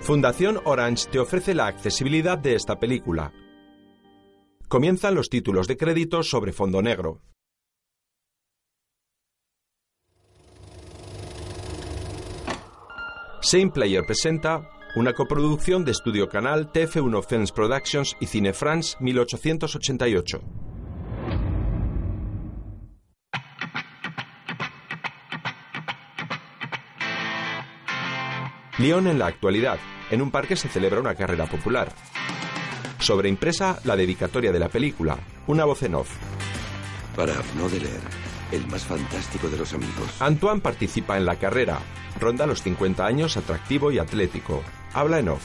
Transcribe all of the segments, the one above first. Fundación Orange te ofrece la accesibilidad de esta película. Comienzan los títulos de crédito sobre fondo negro. Same Player presenta una coproducción de Estudio Canal, TF1 Films Productions y Cine France 1888. Lyon en la actualidad. En un parque se celebra una carrera popular. Sobreimpresa la dedicatoria de la película, una voz en off. Para Arnaud Deler, el más fantástico de los amigos. Antoine participa en la carrera. Ronda los 50 años, atractivo y atlético. Habla en off.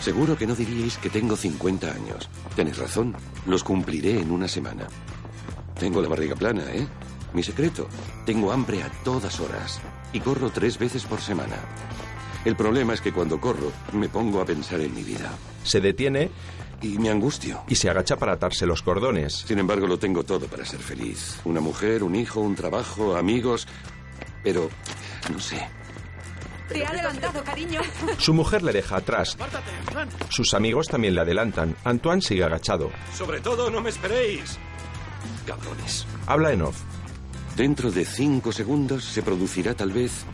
Seguro que no diríais que tengo 50 años. Tenéis razón, los cumpliré en una semana. Tengo la barriga plana, ¿eh? Mi secreto, tengo hambre a todas horas y corro tres veces por semana. El problema es que cuando corro me pongo a pensar en mi vida Se detiene y me angustio. y se agacha para atarse los cordones. Sin embargo, lo tengo todo para ser feliz. Una mujer, un hijo, un trabajo, amigos. Pero, no sé, Te ha levantado, cariño. Su mujer le deja atrás. Sus amigos también le adelantan. Antoine sigue agachado. Sobre todo, no me esperéis. cabrones. Habla en off. Dentro de cinco segundos se producirá tal vez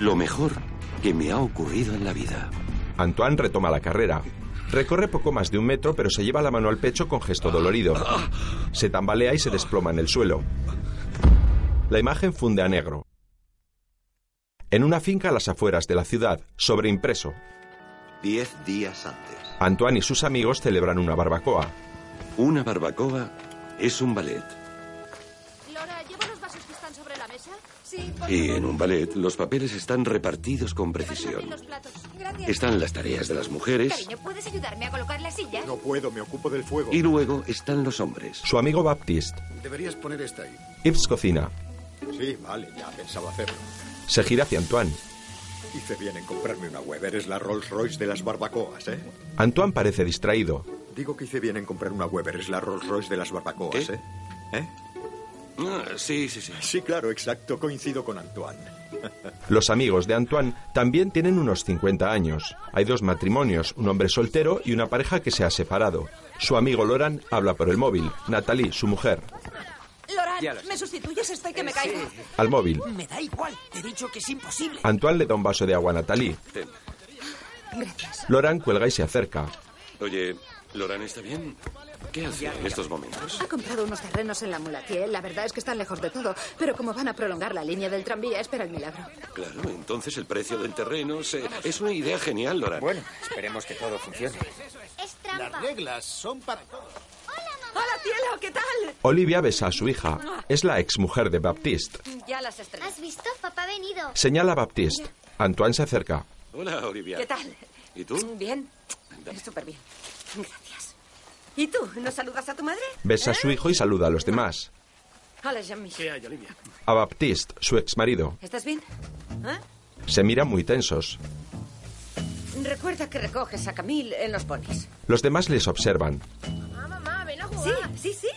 lo mejor que me ha ocurrido en la vida. Antoine retoma la carrera. Recorre poco más de un metro, pero se lleva la mano al pecho con gesto dolorido. Se tambalea y se desploma en el suelo. La imagen funde a negro. En una finca a las afueras de la ciudad, sobreimpreso, Diez días antes. Antoine y sus amigos celebran una barbacoa. Una barbacoa es un ballet. Lora, ¿llevo los vasos que están sobre la mesa? Sí, Y en un ballet los papeles están repartidos con Y precisión. los platos. gracias. Están las tareas de las mujeres Cariño, ¿puedes ayudarme a colocar las sillas? No puedo, me ocupo del fuego. y luego están los hombres. Su amigo Baptiste, Deberías poner esta ahí. Yves cocina. Sí, vale, ya pensaba hacerlo. Se gira hacia Antoine. Hice bien en comprarme una web. Eres la Rolls Royce de las barbacoas, ¿eh? Antoine parece distraído. Digo que hice bien en comprar una web. Eres la Rolls Royce de las barbacoas, ¿Qué? ¿eh? ¿Eh? Ah, sí, sí, sí. Sí, claro, exacto. Coincido con Antoine. Los amigos de Antoine también tienen unos 50 años. Hay dos matrimonios, un hombre soltero y una pareja que se ha separado. Su amigo Loran habla por el móvil. Nathalie, su mujer, Ya lo Loran, ¿me sustituyes? Estoy que me caigo. al móvil. Me da igual, te he dicho que es imposible. Antoine le da un vaso de agua a Nathalie. Loran cuelga y se acerca. Oye, ¿Loran está bien? ¿Qué hace en estos momentos? Ha comprado unos terrenos en la Mulatier. La verdad es que están lejos de todo. Pero como van a prolongar la línea del tranvía, espera el milagro. Claro, entonces el precio del terreno se... es una idea genial, Loran. Bueno, esperemos que todo funcione. Es trampa. reglas son para todos. ¡Hola, cielo! ¿Qué tal? Olivia besa a su hija. Es la exmujer de Baptiste. Ya las estrellas. ¿Has visto? Papá ha venido. Señala a Baptiste. Antoine se acerca. Hola, Olivia. ¿Qué tal? ¿Y tú? Bien. Dame. Súper bien. Gracias. ¿Y tú? ¿Nos saludas a tu madre? Besa a su hijo y saluda a los demás. Hola, Jean-Michel. hay, Olivia? A Baptiste, su exmarido. ¿Estás bien? ¿Eh? Se miran muy tensos. Recuerda que recoges a Camille en los ponis. Los demás les observan. Ah, Sí, sí, sí.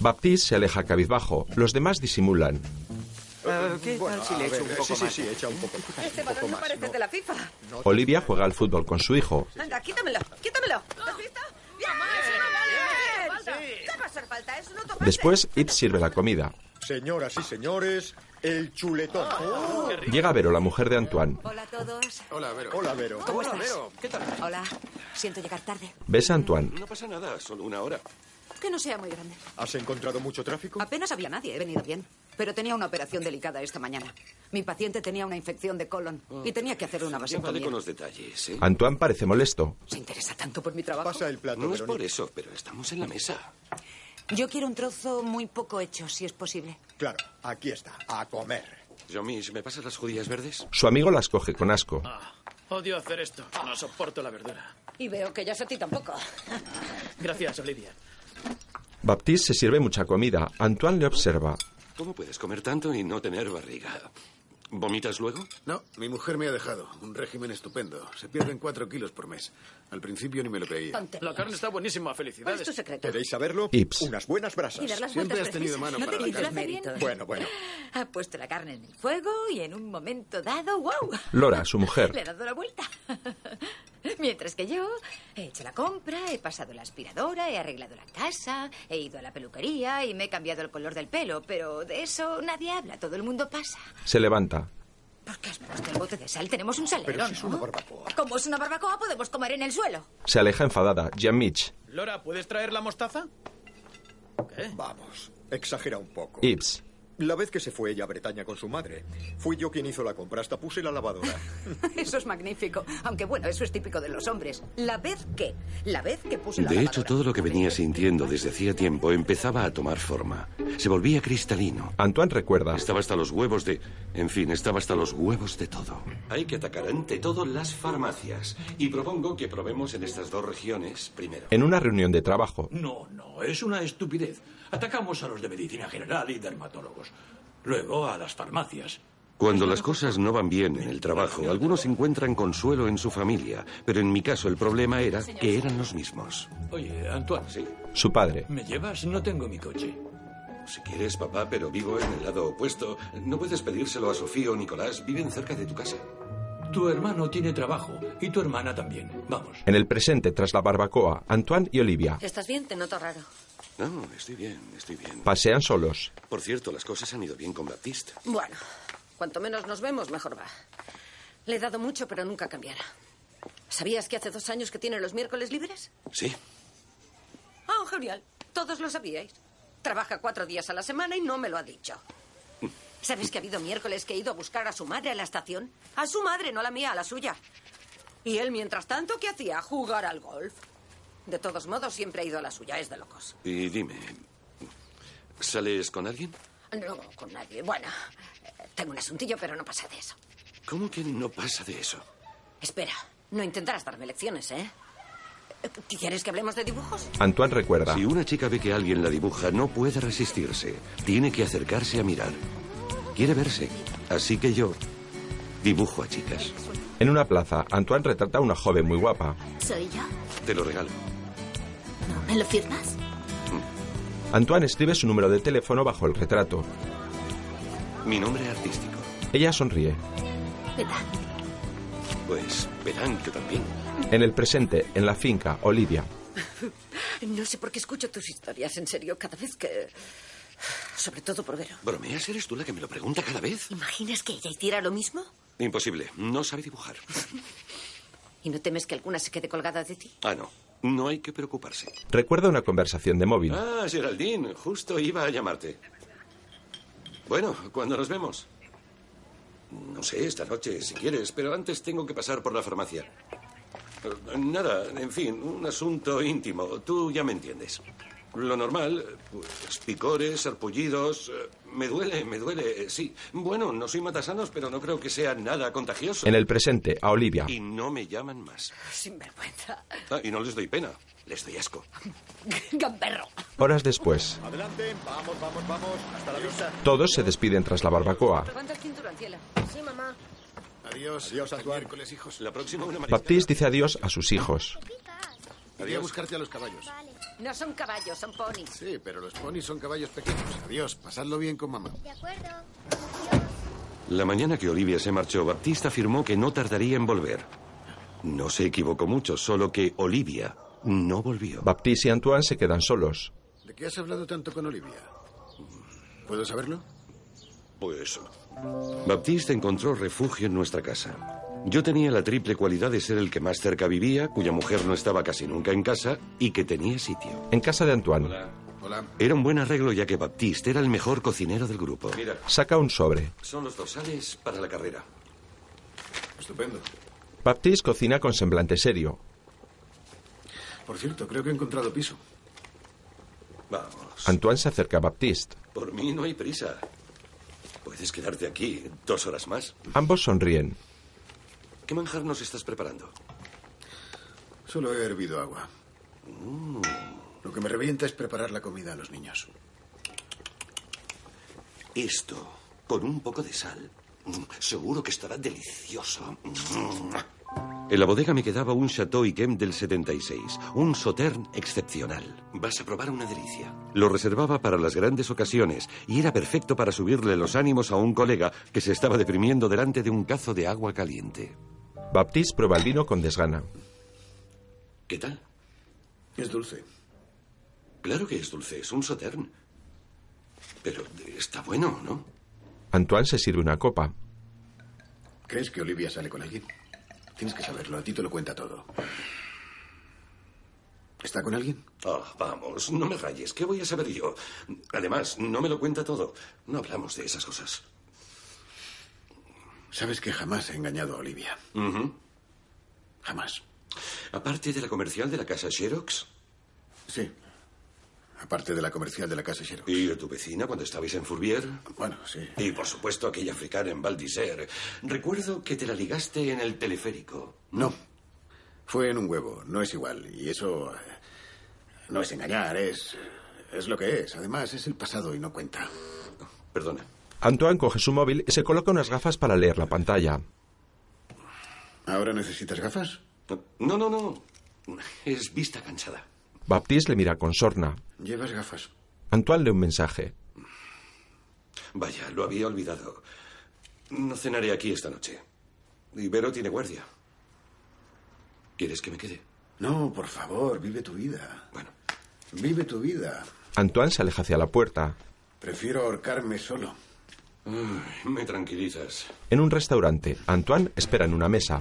Baptiste se aleja cabizbajo. Los demás disimulan. Eh, ¿Qué Bueno, tal si a le echo un ver, eh, poco sí, más? sí, sí, echa un poco más. Este un balón poco no más, parece de la FIFA. Olivia juega al fútbol con su hijo. Anda, quítamelo, quítamelo. ¿Lo has visto? ¡Bien! ¡Bien! ¿Qué va a hacer falta? Es un autopase. Después, It sirve la comida. Señoras y señores, el chuletón. Ah, Llega Vero, la mujer de Antoine. Hola a todos. Hola, Vero. Hola, Vero. ¿Cómo estás? ¿Qué tal? Hola. Siento llegar tarde. Besa a Antoine. No pasa nada, solo una hora. Que no sea muy grande. ¿Has encontrado mucho tráfico? Apenas había nadie, he venido bien. Pero tenía una operación delicada esta mañana. Mi paciente tenía una infección de colon y tenía que hacer Ya una vale vasectomía. con los detalles, ¿eh? Antoine parece molesto. ¿Se interesa tanto por mi trabajo? Pasa el plato, No es Verónica. por eso, pero estamos en la mesa. Yo quiero un trozo muy poco hecho, si es posible. Claro, aquí está, a comer. Jomish, ¿me pasas las judías verdes? Su amigo las coge con asco. Odio hacer esto. No soporto la verdura. Y veo que ya es a ti tampoco. Gracias, Olivia. Baptiste se sirve mucha comida. Antoine le observa. ¿Cómo puedes comer tanto y no tener barriga? ¿Vomitas luego? No, mi mujer me ha dejado. Un régimen estupendo. Se pierden cuatro kilos por mes. Al principio ni me lo creía. La Tontería. carne está buenísima, ¿Cuál es tu felicidades. secreto? ¿Queréis saberlo? Ips. Unas buenas brasas. Y dar las Siempre vueltas has tenido precisas. mano No para te ¿eh? la quites carne. méritos. Bueno, bueno. Ha puesto la carne en el fuego y en un momento dado, wow. Lora, su mujer. dado la vuelta. Mientras que yo he hecho la compra, he pasado la aspiradora, he arreglado la casa, he ido a la peluquería y me he cambiado el color del pelo. Pero de eso nadie habla, todo el mundo pasa. Se levanta. ¿Por qué has puesto el bote de sal? Tenemos un salero, Pero si es ¿no? una Como es una barbacoa, podemos comer en el suelo. Se aleja enfadada. Jan Mitch. Lora, ¿puedes traer la mostaza? Vamos, exagera un poco. Ibs. La vez que se fue ella a Bretaña con su madre, fui yo quien hizo la compra, hasta puse la lavadora. Eso es magnífico. Aunque bueno, eso es típico de los hombres. La vez que, la vez que puse la De lavadora. hecho, todo lo que venía sintiendo desde hacía tiempo empezaba a tomar forma. Se volvía cristalino. Antoine recuerda. Estaba hasta los huevos de... En fin, estaba hasta los huevos de todo. Hay que atacar ante todo las farmacias. Y propongo que probemos en estas dos regiones primero. En una reunión de trabajo. No, no, es una estupidez. Atacamos a los de medicina general y dermatólogos. Luego a las farmacias. Cuando las cosas no van bien en el trabajo, algunos encuentran consuelo en su familia. Pero en mi caso el problema era que eran los mismos. Oye, Antoine, Su padre. ¿me llevas? No tengo mi coche. Si quieres, papá, pero vivo en el lado opuesto. No puedes pedírselo a Sofía o Nicolás. Viven cerca de tu casa. Tu hermano tiene trabajo y tu hermana también. Vamos. En el presente, tras la barbacoa, Antoine y Olivia ¿Estás bien? Te noto raro. No, estoy bien, estoy bien. pasean solos. Por cierto, las cosas han ido bien con Baptiste. Bueno, cuanto menos nos vemos, mejor va. Le he dado mucho, pero nunca cambiará. ¿Sabías que hace dos años que tiene los miércoles libres? Sí. Ah, genial. Todos lo sabíais. Trabaja cuatro días a la semana y no me lo ha dicho. ¿Sabes que ha habido miércoles que he ido a buscar a su madre a la estación? A su madre, no a la mía, a la suya. Y él, mientras tanto, ¿qué hacía? Jugar al golf. De todos modos, siempre ha ido a la suya, es de locos. Y dime, ¿sales con alguien? No, con nadie. Bueno, eh, tengo un asuntillo, pero no pasa de eso. ¿Cómo que no pasa de eso? Espera, no intentarás darme lecciones, ¿eh? ¿Quieres que hablemos de dibujos? Antoine recuerda. Si una chica ve que alguien la dibuja, no puede resistirse. Tiene que acercarse a mirar. Quiere verse. Así que yo dibujo a chicas. En una plaza, Antoine retrata a una joven muy guapa. ¿Soy yo? Te lo regalo. ¿Me lo firmas? Antoine escribe su número de teléfono bajo el retrato. Mi nombre artístico. Ella sonríe. Pues verán que también. En el presente, en la finca, Olivia. No sé por qué escucho tus historias, en serio, cada vez que... Sobre todo por Vero. ¿Bromeas? ¿Eres tú la que me lo pregunta cada vez? ¿Imaginas que ella hiciera lo mismo? Imposible. No sabe dibujar. ¿Y no temes que alguna se quede colgada de ti? Ah, no. No hay que preocuparse. Recuerda una conversación de móvil. Ah, Geraldine, justo iba a llamarte. Bueno, ¿cuándo nos vemos? No sé, esta noche, si quieres, pero antes tengo que pasar por la farmacia. Eh, Nada, en fin, un asunto íntimo. Tú ya me entiendes. Lo normal, pues picores, arpullidos. eh, Me duele, me duele, eh, sí. Bueno, no soy matasanos, pero no creo que sea nada contagioso. En el presente, a Olivia. Y no me llaman más. Sinvergüenza. Ah, y no les doy pena, les doy asco. Gamberro. Horas después, Adelante, vamos, vamos, vamos. Hasta la vista. todos se despiden tras la barbacoa. ¿Cuántas ciela? Sí, mamá. Adiós. Adiós, Antoine. Miércoles, hijos. La próxima una Baptiste dice adiós a sus hijos. Iré a buscarte a los caballos. No son caballos, son ponis. Sí, pero los ponis son caballos pequeños. Adiós. Pasadlo bien con mamá. La mañana que Olivia se marchó, Baptiste afirmó que no tardaría en volver. No se equivocó mucho, solo que Olivia no volvió. Baptiste y Antoine se quedan solos. ¿De qué has hablado tanto con Olivia? ¿Puedo saberlo? Pues. Baptiste encontró refugio en nuestra casa. Yo tenía la triple cualidad de ser el que más cerca vivía, cuya mujer no estaba casi nunca en casa y que tenía sitio. En casa de Antoine, Hola. Era un buen arreglo ya que Baptiste era el mejor cocinero del grupo. Mira, saca un sobre. son los dorsales para la carrera. Estupendo. Baptiste cocina con semblante serio. Por cierto, creo que he encontrado piso. Vamos, Antoine se acerca a Baptiste. por mí no hay prisa. Puedes quedarte aquí dos horas más. Ambos sonríen. ¿Qué manjar nos estás preparando? Solo he hervido agua. Mm. Lo que me revienta es preparar la comida a los niños. Esto, con un poco de sal, mm, seguro que estará delicioso. Mm. En la bodega me quedaba un Chateau Yquem del 76, un Sauterne excepcional. Vas a probar una delicia. Lo reservaba para las grandes ocasiones y era perfecto para subirle los ánimos a un colega que se estaba deprimiendo delante de un cazo de agua caliente. Baptiste prueba el vino con desgana. ¿Qué tal? Es dulce. Claro que es dulce, es un Sautern. Pero está bueno, ¿no? Antoine se sirve una copa. ¿Crees que Olivia sale con alguien? Tienes que saberlo, a ti te lo cuenta todo. ¿Está con alguien? Ah, vamos, no me rayes. ¿Qué voy a saber yo? Además, no me lo cuenta todo. No hablamos de esas cosas. Sabes que jamás he engañado a Olivia. Jamás. Aparte de la comercial de la casa Xerox. Sí. Aparte de la comercial de la casa Xerox. ¿Y de tu vecina cuando estabais en Fourvier? Bueno, sí. Y por supuesto aquella africana en Valdisère. Recuerdo que te la ligaste en el teleférico. No. Fue en un huevo, no es igual. Y eso eh, no es engañar, es, es lo que es. Además, es el pasado y no cuenta. Perdona. Antoine coge su móvil y se coloca unas gafas para leer la pantalla. ¿Ahora necesitas gafas? No, no, no. Es vista cansada. Baptiste le mira con sorna. Llevas gafas. Antoine lee un mensaje. Vaya, lo había olvidado. No cenaré aquí esta noche. Ibero tiene guardia. ¿Quieres que me quede? No, por favor, vive tu vida. Bueno. Vive tu vida. Antoine se aleja hacia la puerta. Prefiero ahorcarme solo. Ay, me tranquilizas. En un restaurante, Antoine espera en una mesa.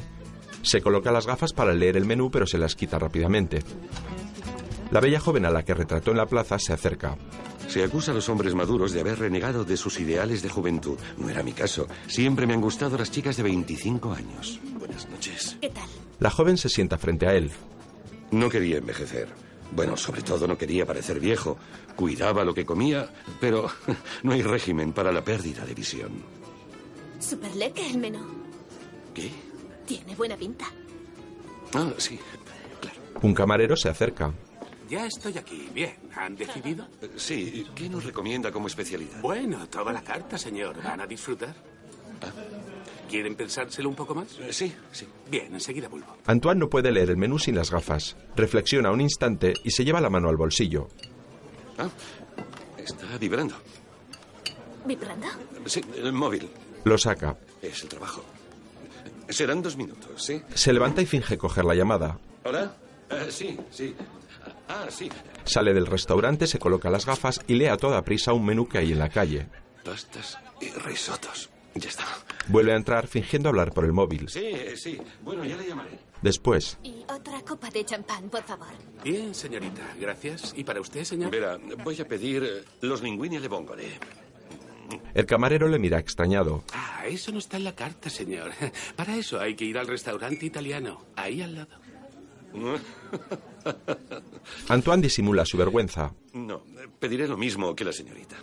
Se coloca las gafas para leer el menú, pero se las quita rápidamente. La bella joven a la que retrató en la plaza se acerca. Se acusa a los hombres maduros de haber renegado de sus ideales de juventud. No era mi caso. Siempre me han gustado las chicas de 25 años. Buenas noches. ¿Qué tal? La joven se sienta frente a él. No quería envejecer. Bueno, sobre todo no quería parecer viejo. Cuidaba lo que comía, pero no hay régimen para la pérdida de visión. Super lecker el menú. ¿Qué? Tiene buena pinta. Ah, sí. Un camarero se acerca. Ya estoy aquí. Bien. ¿Han decidido? Sí. ¿Qué nos recomienda como especialidad? Bueno, toda la carta, señor. ¿Van a disfrutar? ¿Quieren pensárselo un poco más? Ah. Sí, sí. Bien, enseguida vuelvo. Antoine no puede leer el menú sin las gafas. Reflexiona un instante y se lleva la mano al bolsillo. Ah, está vibrando. ¿Vibrando? Sí, el móvil. Lo saca. Es el trabajo. Serán dos minutos, ¿sí? Se levanta y finge coger la llamada. ¿Hola? Eh, sí, sí. Ah, sí. Sale del restaurante, se coloca las gafas y lee a toda prisa un menú que hay en la calle. Pastas y risotos. Ya está. Vuelve a entrar fingiendo hablar por el móvil. Sí, sí. Bueno, ya le llamaré. Después, Y otra copa de champán, por favor. Bien, señorita. Gracias. ¿Y para usted, señor? Verá, voy a pedir eh, los linguini le ¿eh? vongole. el camarero le mira extrañado. Ah, eso no está en la carta, señor. Para eso hay que ir al restaurante italiano. Ahí al lado. Antoine disimula su vergüenza. No, pediré lo mismo que la señorita.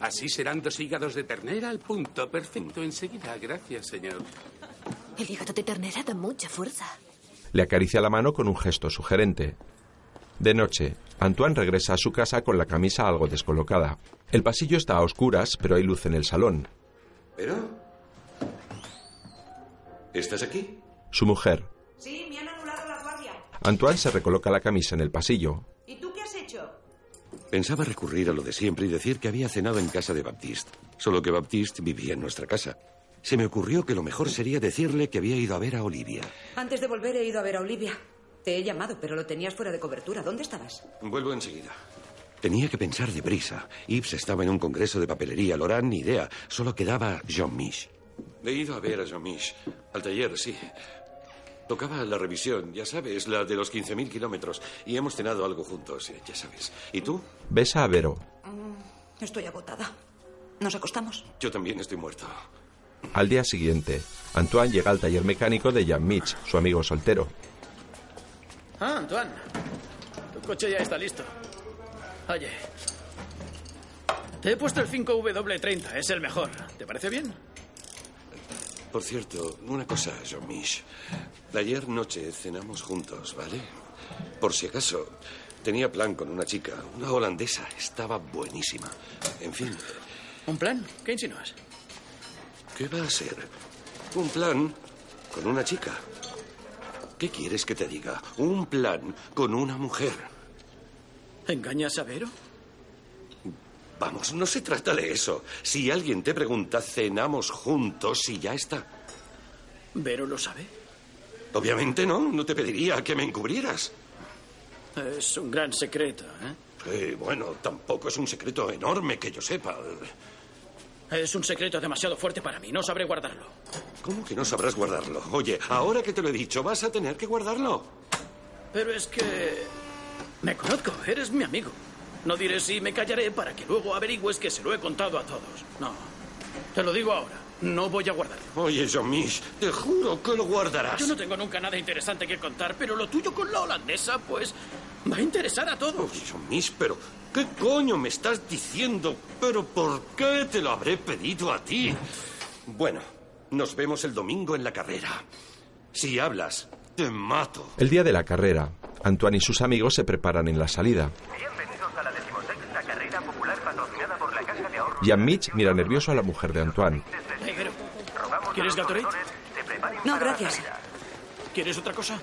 Así serán dos hígados de ternera al punto. Perfecto. Enseguida. Gracias, señor. El hígado de ternera da mucha fuerza. Le acaricia la mano con un gesto sugerente. De noche, Antoine regresa a su casa con la camisa algo descolocada. El pasillo está a oscuras, pero hay luz en el salón. ¿Pero? ¿Estás aquí? Su mujer. Sí, me han anulado la guardia. Antoine se recoloca la camisa en el pasillo. ¿Y tú qué has hecho? Pensaba recurrir a lo de siempre y decir que había cenado en casa de Baptiste, solo que Baptiste vivía en nuestra casa. Se me ocurrió que lo mejor sería decirle que había ido a ver a Olivia. Antes de volver he ido a ver a Olivia. Te he llamado, pero lo tenías fuera de cobertura. ¿Dónde estabas? Vuelvo enseguida. Tenía que pensar deprisa. Yves estaba en un congreso de papelería, Lorán ni idea. Solo quedaba Jean Mich. He ido a ver a Jean Mich. Al taller, sí. Tocaba la revisión, ya sabes, la de los 15.000 kilómetros. Y hemos cenado algo juntos, eh, ya sabes. ¿Y tú? Besa a Vero. Estoy agotada. Nos acostamos. Yo también estoy muerto. Al día siguiente, Antoine llega al taller mecánico de Jean Mitch, su amigo soltero. Ah, Antoine. Tu coche ya está listo. Oye. Te he puesto el 5W30, es el mejor. ¿Te parece bien? Por cierto, una cosa, Jean Mich. Ayer noche cenamos juntos, ¿vale? Por si acaso, tenía plan con una chica, una holandesa. Estaba buenísima. En fin, ¿Un plan? ¿Qué insinúas? ¿Qué va a ser? Un plan con una chica. ¿Qué quieres que te diga? Un plan con una mujer. ¿Engañas a Vero? Vamos, no se trata de eso. Si alguien te pregunta, cenamos juntos y ya está. ¿Vero lo sabe? Obviamente no, no te pediría que me encubrieras. Es un gran secreto, ¿eh? Sí, bueno, tampoco es un secreto enorme que yo sepa. Es un secreto demasiado fuerte para mí. No sabré guardarlo. ¿Cómo que no sabrás guardarlo? Oye, ahora que te lo he dicho, vas a tener que guardarlo. Pero es que... Me conozco. Eres mi amigo. No diré si me callaré para que luego averigües que se lo he contado a todos. No. Te lo digo ahora. No voy a guardarlo. Oye, Jomish, te juro que lo guardarás. Yo no tengo nunca nada interesante que contar, pero lo tuyo con la holandesa, pues... Va a interesar a todos. Oye, Jomish, pero... ¿Qué coño me estás diciendo? ¿Pero por qué te lo habré pedido a ti? Bueno, nos vemos el domingo en la carrera. Si hablas, te mato. El día de la carrera, Antoine y sus amigos se preparan en la salida. Bienvenidos a la decimosexta carrera popular patrocinada por la Caja de Ahorros. y a Mitch mira nervioso a la mujer de Antoine. ¿Quieres Gatorade? No, gracias. ¿Quieres otra cosa?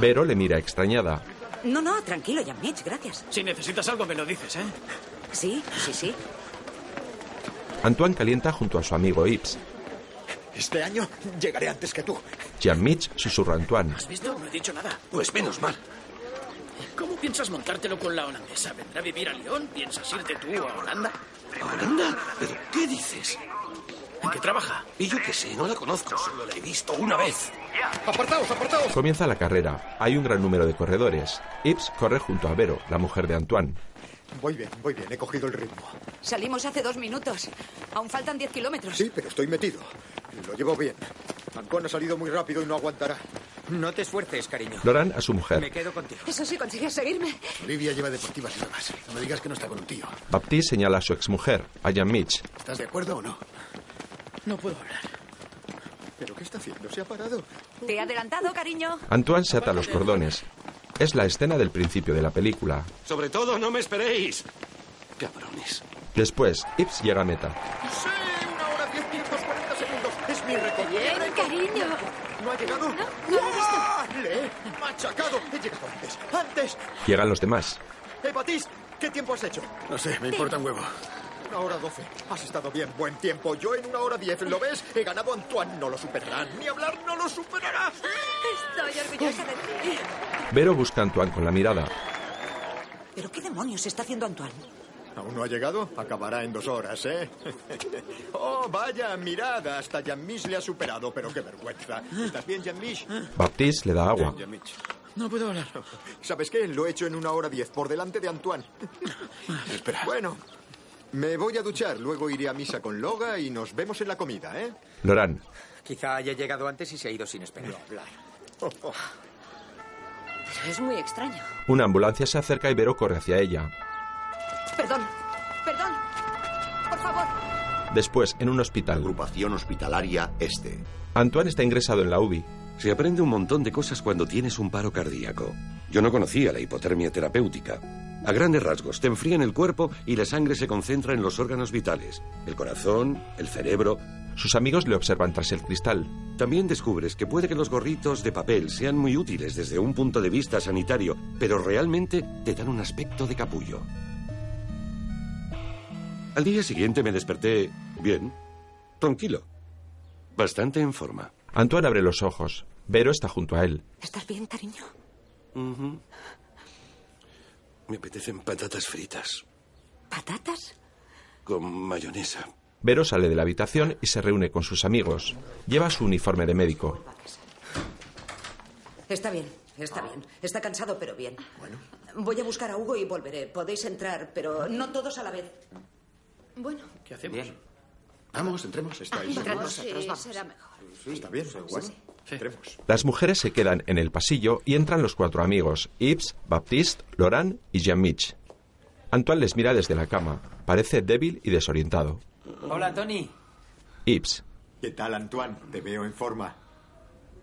Vero le mira extrañada. No, no, tranquilo, Jan Mitch, gracias. Si necesitas algo, me lo dices, ¿eh? Sí, sí, sí. Antoine calienta junto a su amigo Ibs. Este año llegaré antes que tú. Jan Mitch susurra a Antoine. ¿Has visto? No he dicho nada. Pues menos mal. ¿Cómo piensas montártelo con la holandesa? ¿Vendrá a vivir a León? ¿Piensas irte tú a Holanda? ¿A Holanda? ¿Pero qué dices? ¿En qué trabaja? Y yo qué sé, no la conozco, solo la he visto una vez. ¡Apartaos, apartaos! Comienza la carrera. Hay un gran número de corredores. Ibs corre junto a Vero, la mujer de Antoine. Voy bien, voy bien, he cogido el ritmo. Salimos hace dos minutos. Aún faltan diez kilómetros. Sí, pero estoy metido. Lo llevo bien. Ancón ha salido muy rápido y no aguantará. No te esfuerces, cariño. Loran a su Me mujer. quedo contigo. Eso sí, consigues seguirme. Olivia lleva deportivas nuevas. No me digas que no está con un tío. Baptiste señala a su exmujer, a Jan Mitch. ¿Estás de acuerdo o no? No puedo hablar. ¿Pero qué está haciendo? ¿Se ha parado? Te he adelantado, cariño. Antoine se ata los cordones. Es la escena del principio de la película. Sobre todo, no me esperéis. Cabrones. Después, Ibs llega a meta. ¡Sí! Una hora, diez minutos, cuarenta segundos. ¡Es mi récord! Bien, ¡Mi récord! cariño. ¿No ha llegado? no lo he visto. ¡Ah! ¡Le he machacado! ¡He llegado antes! ¡Antes! Llegan los demás. ¡Eh, Batiste! ¿Qué tiempo has hecho? No sé, me importa un huevo. Una hora doce. Has estado bien, buen tiempo. Yo en una hora diez. ¿Lo ves? He ganado a Antoine. No lo superarán. Ni hablar, no lo superará. Estoy orgullosa de ti. Vero busca a Antoine con la mirada. ¿Pero qué demonios está haciendo Antoine? ¿Aún no ha llegado? Acabará en dos horas, ¿eh? oh, vaya mirada. Hasta Yamish le ha superado, pero qué vergüenza. Ah. ¿Estás bien, Yamish? Baptiste le da agua. Bien, Yamish. No puedo hablar. ¿Sabes qué? Lo he hecho en una hora diez, por delante de Antoine. Espera. Bueno, me voy a duchar, luego iré a misa con Loga y nos vemos en la comida, ¿eh? Loran, Quizá haya llegado antes y se ha ido sin esperar. Pero es muy extraño. una ambulancia se acerca y Vero corre hacia ella. Perdón, perdón. Por favor. Después, en un hospital, Agrupación Hospitalaria Este. Antoine está ingresado en la UBI. Se aprende un montón de cosas cuando tienes un paro cardíaco. Yo no conocía la hipotermia terapéutica. A grandes rasgos, te enfrían el cuerpo y la sangre se concentra en los órganos vitales, el corazón, el cerebro. Sus amigos le observan tras el cristal. También descubres que puede que los gorritos de papel sean muy útiles desde un punto de vista sanitario, pero realmente te dan un aspecto de capullo. Al día siguiente me desperté bien, tranquilo, bastante en forma. Antoine abre los ojos. Vero está junto a él. ¿Estás bien, cariño? Ujú. Me apetecen patatas fritas ¿Patatas? con mayonesa. Vero sale de la habitación y se reúne con sus amigos. Lleva su uniforme de médico. Está bien, está bien. Está cansado, pero bien. Bueno. Voy a buscar a Hugo y volveré. Podéis entrar, pero no todos a la vez. Bueno, ¿Qué hacemos? Vamos, entremos. Está ahí. entrad seguro. vosotros, vamos. será mejor. Está bien, seguro. Entremos. Las mujeres se quedan en el pasillo y entran los cuatro amigos, Yves, Baptiste, Laurent y Jean-Mich. Antoine les mira desde la cama. Parece débil y desorientado. Hola, Tony. Yves, ¿Qué tal, Antoine? Te veo en forma.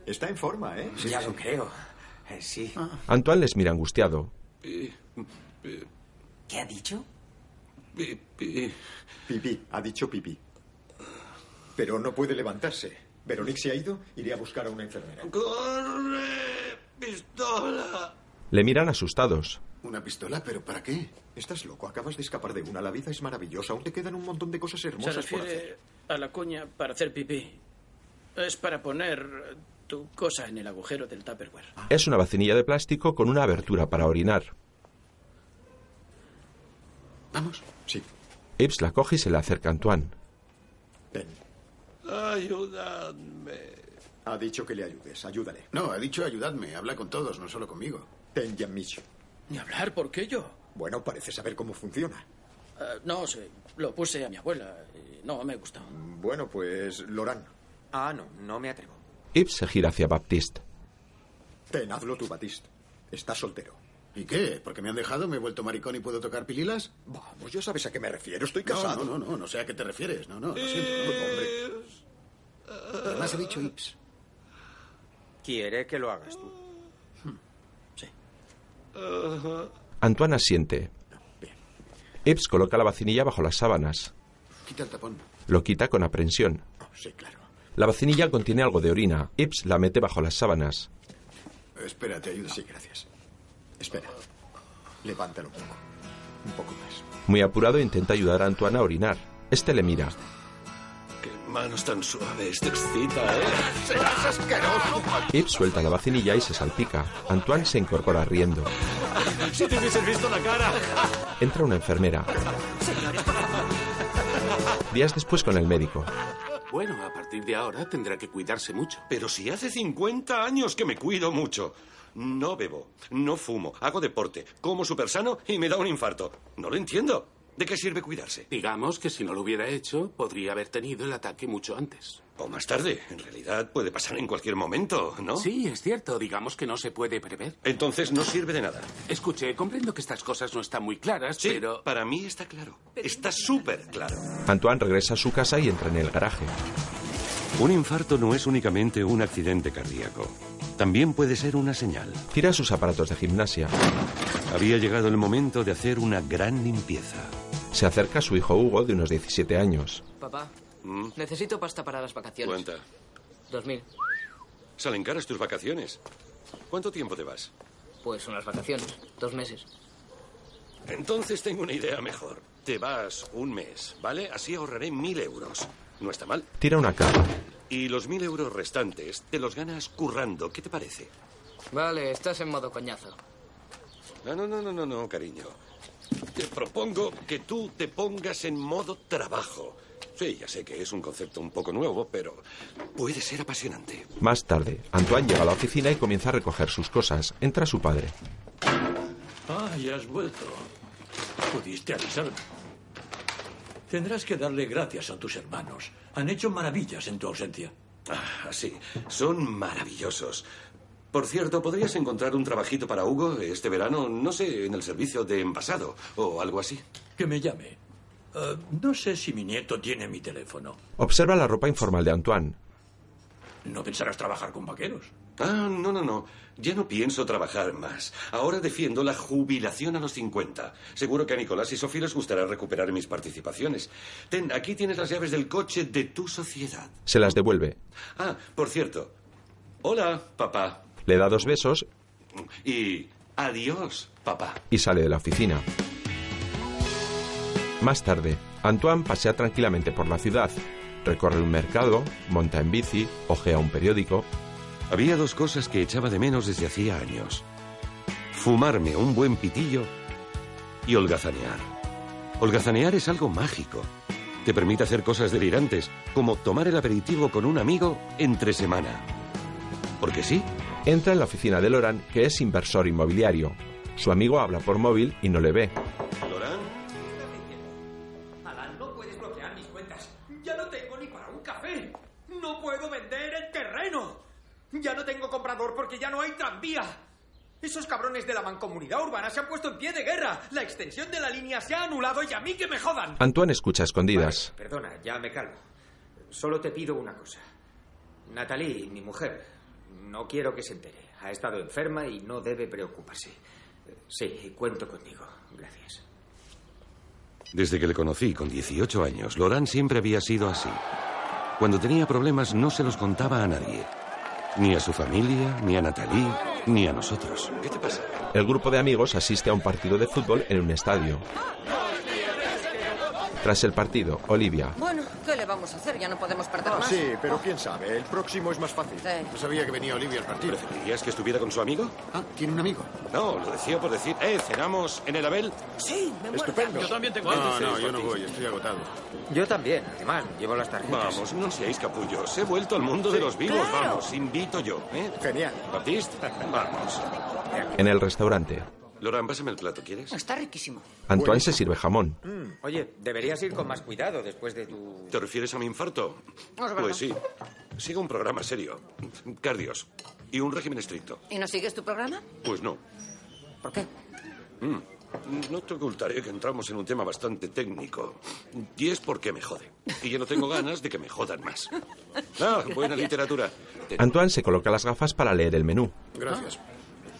Está en forma, ¿eh? ya lo creo. Eh, sí. Ah. Antoine les mira angustiado. ¿Qué ha dicho? Pipí, ha dicho pipí. Pero no puede levantarse. Veronique se ha ido, iré a buscar a una enfermera. ¡Corre! ¡Pistola! Le miran asustados. ¿Una pistola? ¿Pero para qué? Estás loco, acabas de escapar de una. La vida es maravillosa, aún te quedan un montón de cosas Se hermosas por hacer. refiere a la cuña para hacer pipí. Es para poner tu cosa en el agujero del Tupperware. Es una vacinilla de plástico con una abertura para orinar. ¿Vamos? Sí. Ibs la coge y se la acerca a Antoine. Ayudadme. Ha dicho que le ayudes, ayúdale. Pues No, ha dicho ayudadme. Habla con todos, no solo conmigo. Ten Yamicho. Ni hablar, ¿por qué yo? Bueno, parece saber cómo funciona. Eh, no sé, lo puse a mi abuela y no me gustó. Bueno, pues Lorán. Ah, no, no me atrevo. Ibs se gira hacia Baptiste. Ten, hazlo tú, Batiste. Estás soltero. ¿Y qué? ¿Porque me han dejado? ¿Me he vuelto maricón y puedo tocar pililas? Vamos, pues ya sabes a qué me refiero. Estoy No, casado. No, no, no, no sé a qué te refieres. No, no, Eh. lo siento. no, hombre. Además he dicho Ips. Quiere que lo hagas tú. Hmm, Antoine asiente. Ibs coloca la vacinilla bajo las sábanas. Quita el tapón. Lo quita con aprensión. Ah, Sí, claro. La vacinilla contiene algo de orina. Ibs la mete bajo las sábanas. Espera, te ayudo. Sí, gracias. Espera. Levántalo un poco. Un poco más. Muy apurado intenta ayudar a Antoine a orinar. Este le mira. Qué manos tan suaves. Te excita, ¿eh? ¡Serás asqueroso! Ibs suelta la vacinilla y se salpica. Antoine se incorpora riendo. Si te hubieses visto la cara. Entra una enfermera. Días después con el médico. Bueno, a partir de ahora tendrá que cuidarse mucho. Pero si hace 50 años que me cuido mucho. No bebo, no fumo, hago deporte, como súper sano y me da un infarto. No lo entiendo. ¿De qué sirve cuidarse? Digamos que si no lo hubiera hecho, podría haber tenido el ataque mucho antes. O más tarde. En realidad puede pasar en cualquier momento, ¿no? Sí, es cierto. Digamos que no se puede prever. Entonces no sirve de nada. Escuche, comprendo que estas cosas no están muy claras, Sí, pero... para mí está claro. Está súper claro. Antoine regresa a su casa y entra en el garaje. Un infarto no es únicamente un accidente cardíaco. También puede ser una señal. Tira sus aparatos de gimnasia. Había llegado el momento de hacer una gran limpieza. Se acerca a su hijo Hugo, de unos 17 años. Papá, necesito pasta para las vacaciones. Cuenta. 2000. Salen caras tus vacaciones. ¿Cuánto tiempo te vas? Pues son las vacaciones. Dos meses. Entonces tengo una idea mejor. Te vas un mes, ¿vale? Así ahorraré mil euros. No está mal. Tira una caja. Y los mil euros restantes te los ganas currando. ¿Qué te parece? Vale, estás en modo coñazo. No, no, no, no, no, no, cariño. Te propongo que tú te pongas en modo trabajo. Sí, ya sé que es un concepto un poco nuevo, pero puede ser apasionante. Más tarde, Antoine llega a la oficina y comienza a recoger sus cosas. Entra su padre. Ah, ya has vuelto. Pudiste avisarme. Tendrás que darle gracias a tus hermanos. Han hecho maravillas en tu ausencia. Ah, sí, son maravillosos. Por cierto, ¿podrías encontrar un trabajito para Hugo este verano? No sé, en el servicio de envasado o algo así. Que me llame. Eh, no sé si mi nieto tiene mi teléfono. Observa la ropa informal de Antoine. No pensarás trabajar con vaqueros. Ah, no, no, no. Ya no pienso trabajar más. Ahora defiendo la jubilación a los 50. Seguro que a Nicolás y Sofía les gustará recuperar mis participaciones. Ten, aquí tienes las llaves del coche de tu sociedad. Se las devuelve. Ah, por cierto. Hola, papá. Le da dos besos Y adiós, papá. y sale de la oficina. Más tarde, Antoine pasea tranquilamente por la ciudad. Recorre un mercado, monta en bici, ojea un periódico. Había dos cosas que echaba de menos desde hacía años. Fumarme un buen pitillo y holgazanear. Holgazanear es algo mágico. Te permite hacer cosas delirantes, como tomar el aperitivo con un amigo entre semana. Porque sí, Entra en la oficina de Loran, que es inversor inmobiliario. Su amigo habla por móvil y no le ve. Alan, no puedes bloquear mis cuentas. Ya no tengo ni para un café. No puedo vender el terreno. Ya no tengo comprador porque ya no hay tranvía. Esos cabrones de la mancomunidad urbana se han puesto en pie de guerra. La extensión de la línea se ha anulado y a mí que me jodan. Antoine escucha a escondidas. Perdona, ya me calmo. Solo te pido una cosa. Natalie, mi mujer, no quiero que se entere. Ha estado enferma y no debe preocuparse. Eh, Sí, cuento contigo. Gracias. Desde que le conocí con 18 años, Lorán siempre había sido así. Cuando tenía problemas no se los contaba a nadie. Ni a su familia, ni a Natalie, ni a nosotros. ¿Qué te pasa? El grupo de amigos asiste a un partido de fútbol en un estadio. Tras el partido, Olivia. Bueno, ¿qué le vamos a hacer? Ya no podemos perder Ah, más. Oh, sí, pero quién sabe, el próximo es más fácil. Sí. No sabía que venía Olivia al partido. ¿Preferirías que estuviera con su amigo? Ah, ¿tiene un amigo? No, lo decía por decir, eh, ¿cenamos en el Abel? Sí, me Estupendo. Yo también tengo No, hambre. no, yo no voy, estoy agotado. Yo también, además, llevo las tarjetas. Vamos, no seáis capullos. He vuelto al mundo de los vivos. Vamos, invito yo. ¿eh? Genial. ¿Baptiste? Vamos. En el restaurante, Loran, pásame el plato, ¿quieres? Está riquísimo. Antoine se sirve jamón. Oye, deberías ir con más cuidado después de tu... ¿Te refieres a mi infarto? verdad. Pues sí. Sigo un programa serio. Cardios. Y un régimen estricto. ¿Y no sigues tu programa? Pues no. ¿Por qué? Mm. No te ocultaré que entramos en un tema bastante técnico. Y es porque me jode. Y yo no tengo ganas de que me jodan más. Ah, buena literatura. Antoine se coloca las gafas para leer el menú. Gracias.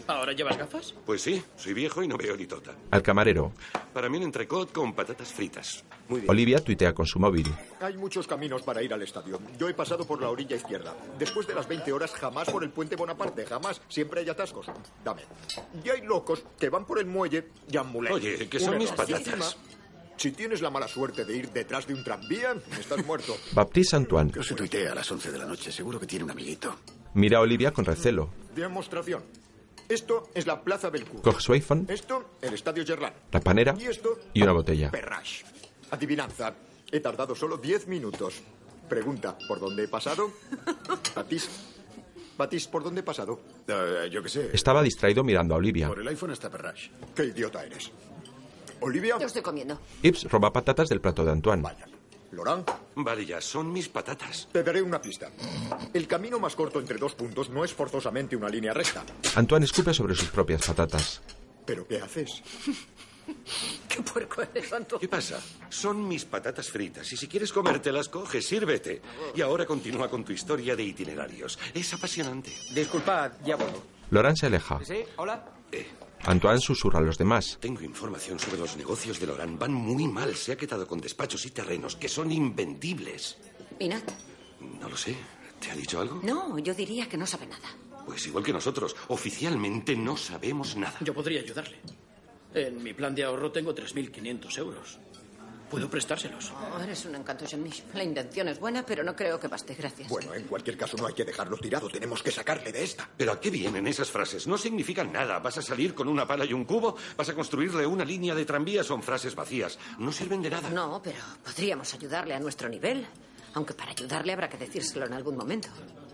¿Ahora llevas gafas? Pues sí, soy viejo y no veo ni tota. Al camarero, Para mí un entrecot con patatas fritas. Olivia tuitea con su móvil. Hay muchos caminos para ir al estadio. Yo he pasado por la orilla izquierda. Después de las 20 horas, jamás por el puente Bonaparte, jamás. Siempre hay atascos. Dame. Y hay locos que van por el muelle y ambulan. Oye, que son Una mis enorme. patatas. Encima, Si tienes la mala suerte de ir detrás de un tranvía, estás muerto. Baptiste Antoine No se tuitea a las 11 de la noche. Seguro que tiene un amiguito. mira a Olivia con recelo. Demostración. Esto es la Plaza Belcourt. Coge su iPhone, Esto, el Estadio Gerland. la panera Y esto, y una botella. Perrash. Adivinanza. He tardado solo 10 minutos. Pregunta, ¿por dónde he pasado? Batis. Batis, ¿por dónde he pasado? yo qué sé. Estaba distraído mirando a Olivia. el iPhone hasta Perrash. ¿Qué idiota eres? Olivia. Yo estoy comiendo. Ibs roba patatas del plato de Antoine. Lorán. Vale, ya son mis patatas. Te daré una pista. El camino más corto entre dos puntos no es forzosamente una línea recta. Antoine escupe sobre sus propias patatas. ¿Pero qué haces? ¿Qué puerco eres, Anto? ¿Qué pasa? Son mis patatas fritas y si quieres comértelas, coge, sírvete. Y ahora continúa con tu historia de itinerarios. Es apasionante. Disculpad, ya vuelvo. Laurent se aleja. ¿Sí? ¿Hola? Antoine susurra a los demás. Tengo información sobre los negocios de Lorán. Van muy mal. Se ha quedado con despachos y terrenos que son invendibles. ¿Y Nat? No lo sé. ¿Te ha dicho algo? No, yo diría que no sabe nada. Pues igual que nosotros. Oficialmente no sabemos nada. Yo podría ayudarle. En mi plan de ahorro tengo 3.500 euros. Puedo prestárselos. Oh, eres un encanto, Jimmy. La intención es buena, pero no creo que baste. Gracias. Bueno, en cualquier caso no hay que dejarlo tirado. Tenemos que sacarle de esta. ¿Pero a qué vienen esas frases? No significan nada. ¿Vas a salir con una pala y un cubo? ¿Vas a construirle una línea de tranvía? Son frases vacías. No sirven de nada. No, pero podríamos ayudarle a nuestro nivel. Aunque para ayudarle habrá que decírselo en algún momento.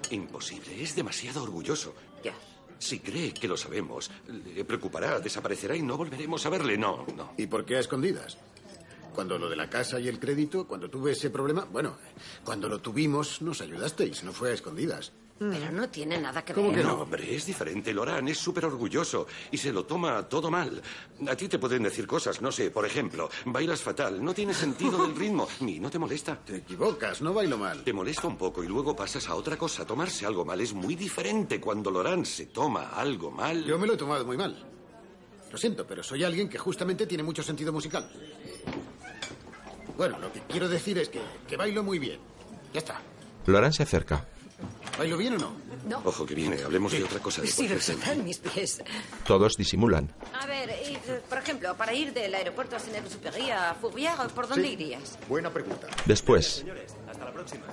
Imposible. Es demasiado orgulloso. Ya. Si cree que lo sabemos, le preocupará, desaparecerá y no volveremos a verle. No, no. ¿Y por qué a escondidas? Cuando lo de la casa y el crédito, cuando tuve ese problema, bueno, cuando lo tuvimos nos ayudasteis, no fue a escondidas. Pero no tiene nada que ¿Cómo ver. que no? Hombre, es diferente. Lorán es súper orgulloso y se lo toma todo mal. A ti te pueden decir cosas, no sé, por ejemplo, bailas fatal, no tienes sentido del ritmo, ni no te molesta. Te equivocas, no bailo mal. Te molesta un poco y luego pasas a otra cosa. Tomarse algo mal es muy diferente cuando Lorán se toma algo mal. Yo me lo he tomado muy mal. Lo siento, pero soy alguien que justamente tiene mucho sentido musical. Bueno, lo que quiero decir es que, que bailo muy bien. Ya está. Laurent se acerca. ¿Bailo bien o no? No. Ojo que viene, hablemos de otra cosa. Si después. lo sacan mis pies. Todos disimulan. A ver, y, eh, por ejemplo, para ir del aeropuerto a Saint-Exupéry a Fourvière, ¿por dónde Sí. irías? Buena pregunta. Después, Hasta la próxima.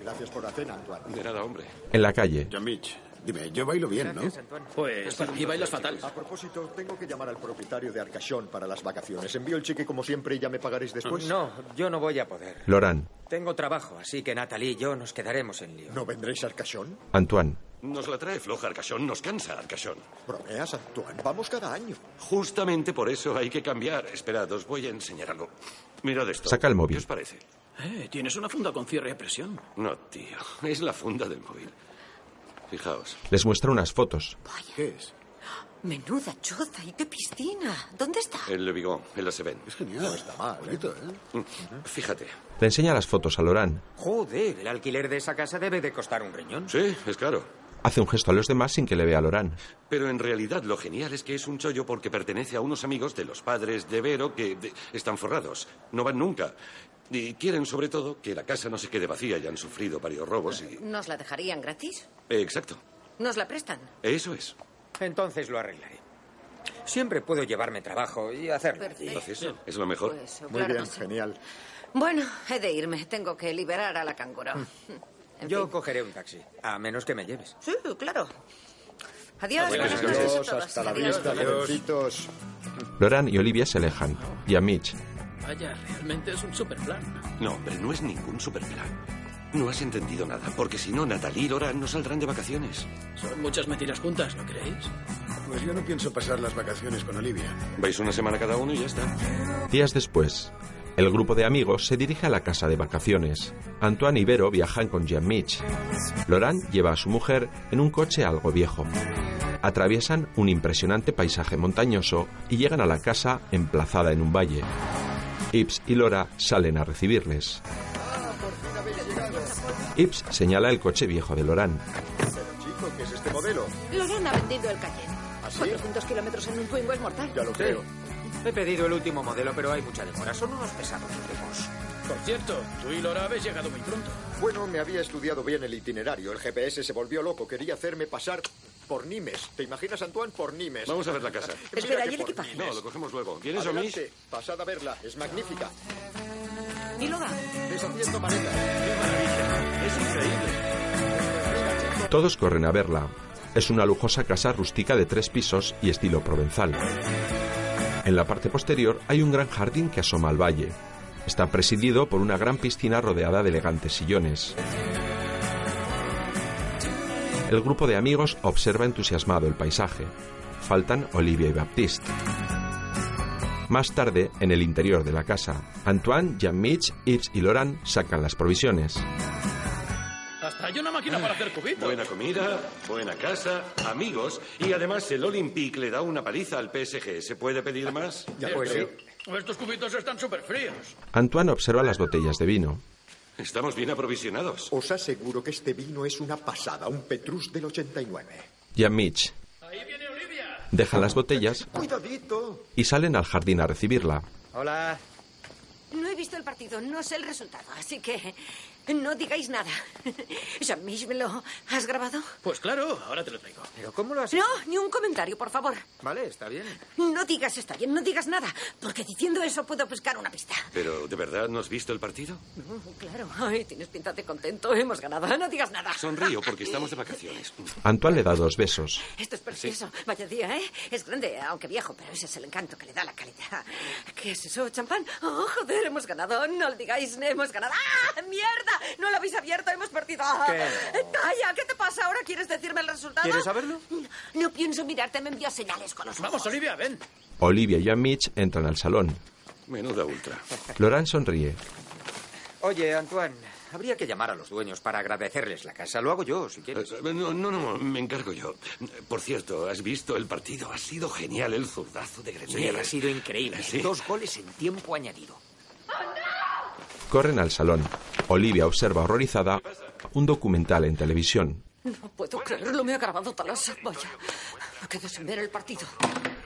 Gracias por la cena, Antoine. De nada, hombre. en la calle, John Mitch, dime, yo bailo bien, ¿no? Pues para mí bailas fatal. A propósito, tengo que llamar al propietario de Arcachón para las vacaciones. Envío el cheque como siempre y ya me pagaréis después. No, yo no voy a poder. Laurent, Tengo trabajo, así que Natalie y yo nos quedaremos en lío. ¿No vendréis a Arcachón? Antoine, Nos la trae floja Arcachón, nos cansa Arcachón. Bromeas, Antoine. Vamos cada año. Justamente por eso hay que cambiar. Esperad, os voy a enseñar algo. Mirad esto. Saca el móvil. ¿Qué os parece? Eh, tienes una funda con cierre a presión. No, tío. Es la funda del móvil. Fijaos. les muestra unas fotos. ¿Qué es? Menuda choza y qué piscina. ¿Dónde está? El Le Vigon, el E Aseven. Es genial. está mal, bonito, ¿eh? Mm. Fíjate. Le enseña las fotos a Laurent. Joder, el alquiler de esa casa debe de costar un riñón. Sí, es claro. Hace un gesto a los demás sin que le vea a Laurent. Pero en realidad lo genial es que es un chollo porque pertenece a unos amigos de los padres de Vero que de- están forrados. No van nunca. Y quieren sobre todo que la casa no se quede vacía y han sufrido varios robos y... ¿Nos la dejarían gratis? Eh, Exacto. ¿Nos la prestan? Eso es. Entonces lo arreglaré. Siempre puedo llevarme trabajo y hacerlo. Perfecto. Haz eso. ¿eh? Es lo mejor. Pues eso, Muy claro bien, que sí. genial. Bueno, he de irme. Tengo que liberar a la canguro. Yo cogeré un taxi, a menos que me lleves. Sí, claro. Adiós. Buenas buenas noches a noches, todos. hasta la Adiós. vista, jovencitos. Loran y Olivia se alejan. Y a Mitch, Vaya, realmente es un superplan. No, hombre, no es ningún superplan. No has entendido nada, porque si no, Natalie y Loran no saldrán de vacaciones. Son muchas mentiras juntas, ¿no creéis? Pues yo no pienso pasar las vacaciones con Olivia. Vais una semana cada uno y ya está. días después, el grupo de amigos se dirige a la casa de vacaciones. Antoine y Vero viajan con Jean Mitch. Loran lleva a su mujer en un coche algo viejo. Atraviesan un impresionante paisaje montañoso y llegan a la casa emplazada en un valle. Ibs y Lora salen a recibirles. Ibs señala el coche viejo de Loran. Pero chico, ¿qué es este modelo? Loran ha vendido el Cayenne. ¿Así? 400 kilómetros en un Twingo es mortal. Ya lo creo. He pedido el último modelo, pero hay mucha demora. Son unos pesados tipos. Por cierto, tú y Lora habéis llegado muy pronto. Bueno, me había estudiado bien el itinerario. El GPS se volvió loco. Quería hacerme pasar por Nimes. ¿Te imaginas, Antoine? Por Nimes. Vamos a ver la casa. Mira Espera, que ¿y el por equipaje? Nimes. No, lo cogemos luego. ¿Vienes, Omish? Adelante, pasad a verla. Es magnífica. Y lo da. Deshaciendo maletas. Es increíble. Todos corren a verla. Es una lujosa casa rústica de tres pisos y estilo provenzal. En la parte posterior hay un gran jardín que asoma al valle. Está presidido por una gran piscina rodeada de elegantes sillones. El grupo de amigos observa entusiasmado el paisaje. Faltan Olivia y Baptiste. Más tarde, en el interior de la casa, Antoine, Jean-Mitch, Yves y Laurent sacan las provisiones. Hasta hay una máquina para hacer cubitos. Buena comida, buena casa, amigos. Y además el Olympic le da una paliza al PSG. ¿Se puede pedir más? pues Estos cubitos están súper fríos. Antoine observa las botellas de vino. Estamos bien aprovisionados. Os aseguro que este vino es una pasada. Un Petrus del 89. Jean-Mitch deja las botellas Cuidadito. y salen al jardín a recibirla. Hola. No he visto el partido, no sé el resultado, así que no digáis nada. Jean-Mich, ¿me lo has grabado? Pues claro, ahora te lo traigo. ¿Pero cómo lo has No, ni un comentario, por favor. Vale, está bien. No digas está bien, no digas nada, porque diciendo eso puedo pescar una pista. ¿Pero de verdad no has visto el partido? No, claro. Ay, tienes pinta de contento, hemos ganado. No digas nada. Sonrío porque estamos de vacaciones. Antoine le da dos besos. Esto es precioso. Vaya día, ¿eh? Es grande, aunque viejo, pero ese es el encanto que le da la calidad. ¿Qué es eso, champán? Oh, joder, hemos ganado. No lo digáis, hemos ganado. ¡Ah, mierda! No lo habéis abierto, hemos perdido. ¡Ah! ¿Qué? ¡Calla! ¿Qué te pasa ahora? ¿Quieres decirme el resultado? ¿Quieres saberlo? No pienso mirarte, me envías señales con los ojos. Vamos, Olivia, ven. Olivia y Jean-Mitch entran al salón. Menuda ultra. Laurent sonríe. Oye, Antoine, habría que llamar a los dueños para agradecerles la casa. Lo hago yo, si quieres. Eh, No, no, no, me encargo yo. Por cierto, has visto el partido. Ha sido genial el zurdazo de Sí, Grenier. ha sido increíble. Sí. Dos goles en tiempo añadido. Corren al salón. Olivia observa horrorizada un documental en televisión. No puedo creerlo, me ha grabado Talasa. Vaya, me quedo sin ver el partido.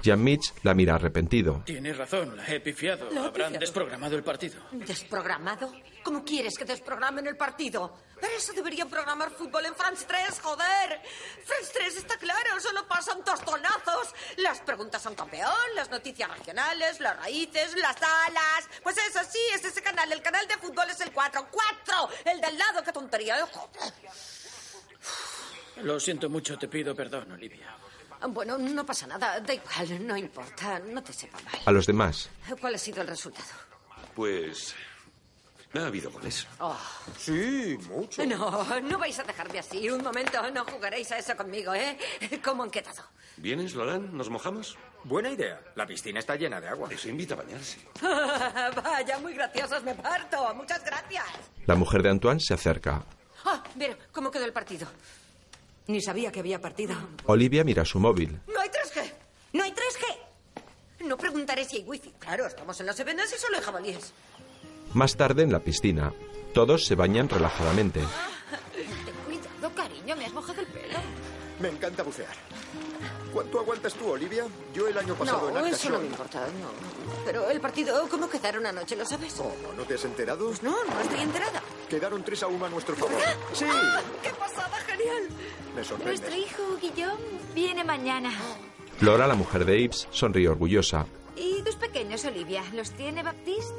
Jean-Mitch la mira arrepentido. Tienes razón, la he pifiado. Lo he Habrán pifiado. desprogramado el partido. ¿Desprogramado? ¿Cómo quieres que desprogramen el partido? Para eso deberían programar fútbol en France 3, joder. France 3 está claro, solo pasan tostonazos. Las preguntas son campeón, las noticias regionales, las raíces, las alas. Pues eso sí, es ese canal. El canal de fútbol es el 4. ¡4! El del lado, qué tontería, ¿eh? Joder. Lo siento mucho, te pido perdón, Olivia. Bueno, no pasa nada, da igual, no importa, no te sepa mal. A los demás, ¿Cuál ha sido el resultado? Pues. Ha habido goles. Ah. Oh. Sí, mucho. No, no vais a dejarme así. Un momento, no jugaréis a eso conmigo, ¿eh? ¿Cómo han quedado? ¿Vienes, Lorán? ¿Nos mojamos? Buena idea. La piscina está llena de agua. Eso invita a bañarse. Vaya, muy graciosos, me parto. Muchas gracias. la mujer de Antoine se acerca. Ah, Vero, ¿cómo quedó el partido? Ni sabía que había partido. Olivia mira su móvil. No hay 3G. No hay 3G. No preguntaré si hay wifi. Claro, estamos en las Evenas y solo hay jabalíes. Más tarde en la piscina, todos se bañan relajadamente. Ten cuidado, cariño, me has mojado el pelo. Me encanta bucear. ¿Cuánto aguantas tú, Olivia? Yo el año pasado en no, eso no Arcachón. me importa, no. Pero el partido, ¿cómo quedaron anoche? ¿Lo sabes? ¿Cómo? ¿No te has enterado? Pues No, no estoy enterada. Ah, Quedaron 3 a 1 a nuestro favor. Sí, ¡Qué pasada, genial! me sorprende. Nuestro hijo Guillón viene mañana. Flora, la mujer de Ives, sonríe orgullosa. ¿Y tus pequeños, Olivia? ¿Los tiene Baptiste?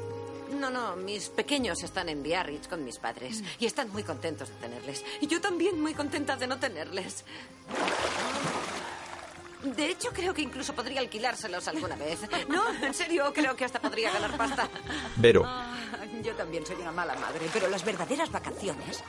No, no, mis pequeños están en Biarritz con mis padres y están muy contentos de tenerles. Y yo también muy contenta de no tenerles. De hecho, creo que incluso podría alquilárselos alguna vez. No, en serio, creo que hasta podría ganar pasta. Vero, Yo también soy una mala madre, pero las verdaderas vacaciones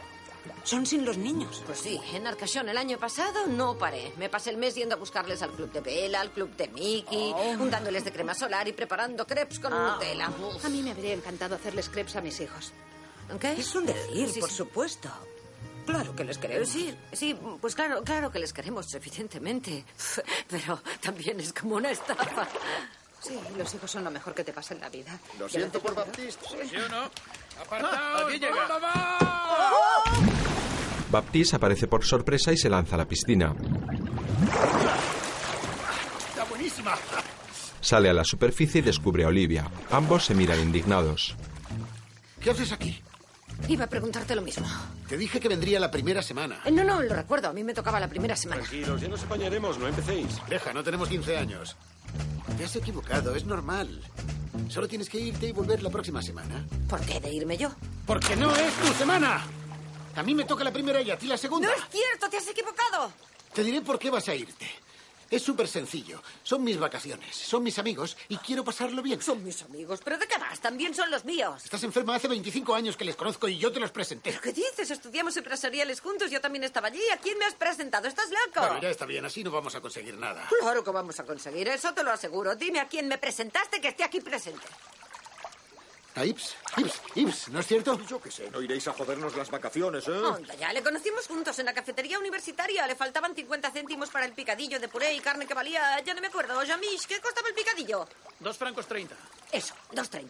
son sin los niños. Pues sí, en Arcachón el año pasado no paré. Me pasé el mes yendo a buscarles al club de vela, al club de Mickey, dándoles de crema solar y preparando crepes con Nutella. Uf. A mí me habría encantado hacerles crepes a mis hijos. ¿Qué? Es un decir, Sí, por sí. supuesto. Claro que les queremos. Sí, sí, pues claro, claro que les queremos, evidentemente. Pero también es como una estafa. Sí, los hijos son lo mejor que te pasa en la vida. Lo Y a veces siento por cuando- Baptiste. eh. Ah, aquí llega. Baptiste aparece por sorpresa y se lanza a la piscina. ¡Está buenísima! Sale a la superficie y descubre a Olivia. Ambos se miran indignados. ¿Qué haces aquí? Iba a preguntarte lo mismo. Te dije que vendría la primera semana. Eh, No, no, lo recuerdo. A mí me tocaba la primera semana. Tranquilos, ya nos apañaremos, no empecéis. Deja, no tenemos 15 años. Te has equivocado, es normal. Solo tienes que irte y volver la próxima semana. ¿Por qué he de irme yo? Porque no es tu semana. A mí me toca la primera y a ti la segunda. ¡No es cierto! ¡Te has equivocado! Te diré por qué vas a irte. Es súper sencillo. Son mis vacaciones, son mis amigos y quiero pasarlo bien. Son mis amigos, pero ¿de qué vas? También son los míos. Estás enferma hace 25 años que les conozco y yo te los presenté. ¿Qué dices? Estudiamos empresariales juntos, yo también estaba allí. ¿A quién me has presentado? ¿Estás loco? Bueno, ya está bien, así no vamos a conseguir nada. Claro que vamos a conseguir, eso te lo aseguro. Dime a quién me presentaste que esté aquí presente. ¿A Ah, Ips? Ips, Ips, ¿no es cierto? Yo qué sé, no iréis a jodernos las vacaciones, ¿eh? Onda, Ah, ya le conocimos juntos en la cafetería universitaria. Le faltaban 50 céntimos para el picadillo de puré y carne que valía. Ya no me acuerdo. Jamish, ¿qué costaba el picadillo? Dos francos treinta. Eso, 2.30.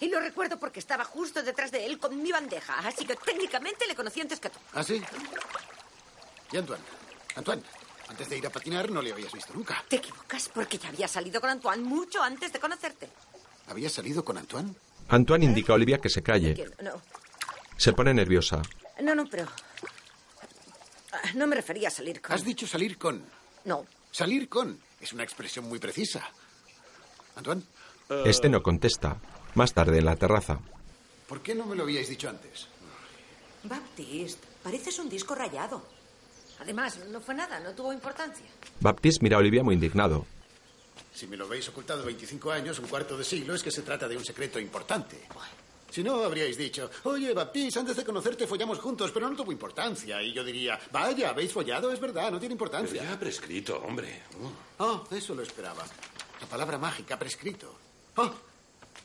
Y lo recuerdo porque estaba justo detrás de él con mi bandeja. Así que técnicamente le conocí antes que tú. ¿Ah, sí? Y Antoine. Antoine, antes de ir a patinar no le habías visto nunca. Te equivocas porque ya había salido con Antoine mucho antes de conocerte. ¿Habías salido con Antoine? Antoine indica a Olivia que se calle. Entiendo, No, Se pone nerviosa. no, no, pero... Ah, No me refería a salir con... Has dicho salir con. No, Salir con. Es una expresión muy precisa. Antoine, Este no contesta. Más tarde en la terraza. ¿por qué no me lo habíais dicho antes? Baptiste, pareces un disco rayado. Además, no fue nada, no tuvo importancia. Baptiste mira a Olivia muy indignado. Si me lo habéis ocultado 25 años, un cuarto de siglo, es que se trata de un secreto importante. Si no, habríais dicho, oye, Baptiste, antes de conocerte follamos juntos, pero no tuvo importancia. Y yo diría, vaya, habéis follado, es verdad, no tiene Pero importancia. ya ha prescrito, hombre. Oh, eso lo esperaba. La palabra mágica, prescrito. Oh,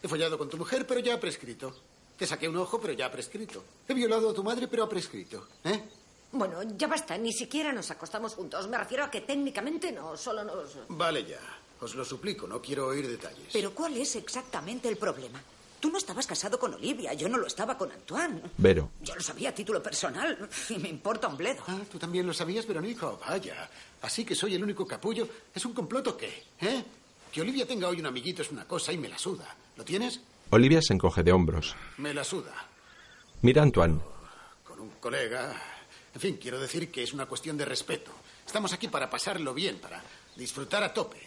he follado con tu mujer, pero ya ha prescrito. Te saqué un ojo, pero ya ha prescrito. He violado a tu madre, pero ha prescrito. ¿Eh? Bueno, ya basta, ni siquiera nos acostamos juntos. Me refiero a que técnicamente no, solo nos... Vale ya. Os lo suplico, no quiero oír detalles. Pero ¿cuál es exactamente el problema? Tú no estabas casado con Olivia, yo no lo estaba con Antoine. Vero. Yo lo sabía a título personal y me importa un bledo. Ah, tú también lo sabías, Verónico. Vaya. Así que soy el único capullo. ¿Es un complot o qué? ¿Eh? Que Olivia tenga hoy un amiguito es una cosa y me la suda. ¿Lo tienes? Olivia se encoge de hombros. Me la suda. Mira a Antoine. Con un colega. En fin, quiero decir que es una cuestión de respeto. Estamos aquí para pasarlo bien, para disfrutar a tope.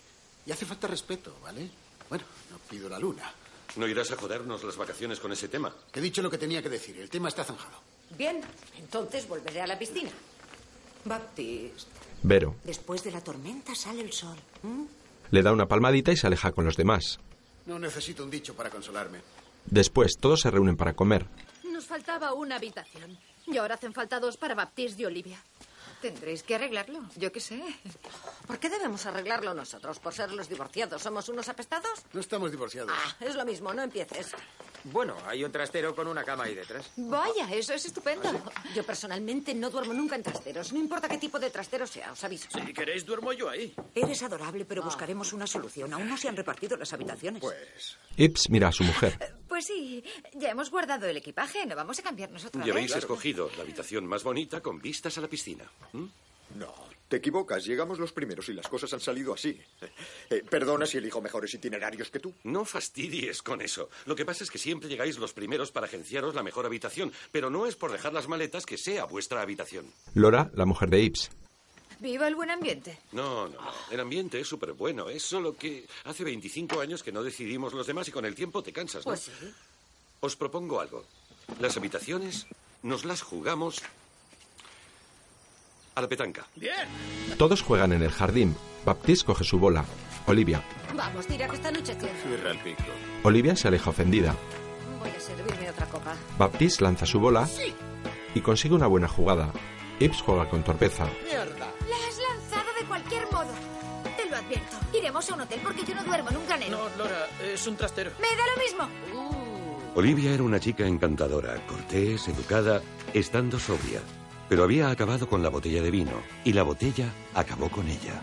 Y hace falta respeto, ¿vale? Bueno, no pido la luna. No irás a jodernos las vacaciones con ese tema. He dicho lo que tenía que decir. El tema está zanjado. Bien, entonces volveré a la piscina. Baptiste, Vero. después de la tormenta sale el sol. ¿m? Le da una palmadita y se aleja con los demás. No necesito un dicho para consolarme. Después, todos se reúnen para comer. Nos faltaba una habitación. Y ahora hacen falta dos para Baptiste y Olivia. Tendréis que arreglarlo, yo qué sé. ¿Por qué debemos arreglarlo nosotros? ¿Por ser los divorciados? ¿Somos unos apestados? No estamos divorciados. Ah, es lo mismo, no empieces. Bueno, hay un trastero con una cama ahí detrás. Vaya, eso es estupendo. Yo personalmente no duermo nunca en trasteros, no importa qué tipo de trastero sea, os aviso. Si queréis, duermo yo ahí. Eres adorable, pero buscaremos una solución. Aún no se han repartido las habitaciones. Pues. Ips mira a su mujer. Pues sí, ya hemos guardado el equipaje, no vamos a cambiarnos otra Ya vez. habéis escogido la habitación más bonita con vistas a la piscina. ¿Mm? No, te equivocas. Llegamos los primeros y las cosas han salido así. Eh, perdona si elijo mejores itinerarios que tú. No fastidies con eso. Lo que pasa es que siempre llegáis los primeros para agenciaros la mejor habitación, pero no es por dejar las maletas que sea vuestra habitación. Lora, la mujer de Ips. Viva el buen ambiente. No, no, no. El ambiente es súper bueno. Es solo que hace 25 años que no decidimos los demás y con el tiempo te cansas, ¿no? Pues sí. Os propongo algo. Las habitaciones nos las jugamos a la petanca. Todos juegan en el jardín. Baptiste coge su bola. Olivia. Vamos, tira que esta noche Olivia se aleja ofendida. Voy a servirme otra copa. Baptiste lanza su bola y consigue una buena jugada. Ibs juega con torpeza. ¡Mierda! La has lanzado de cualquier modo. Te lo advierto. Iremos a un hotel porque yo no duermo en un granero. No, Uh. Lora, es un trastero. Me da lo mismo. Olivia era una chica encantadora, cortés, educada, estando sobria. Pero había acabado con la botella de vino y la botella acabó con ella.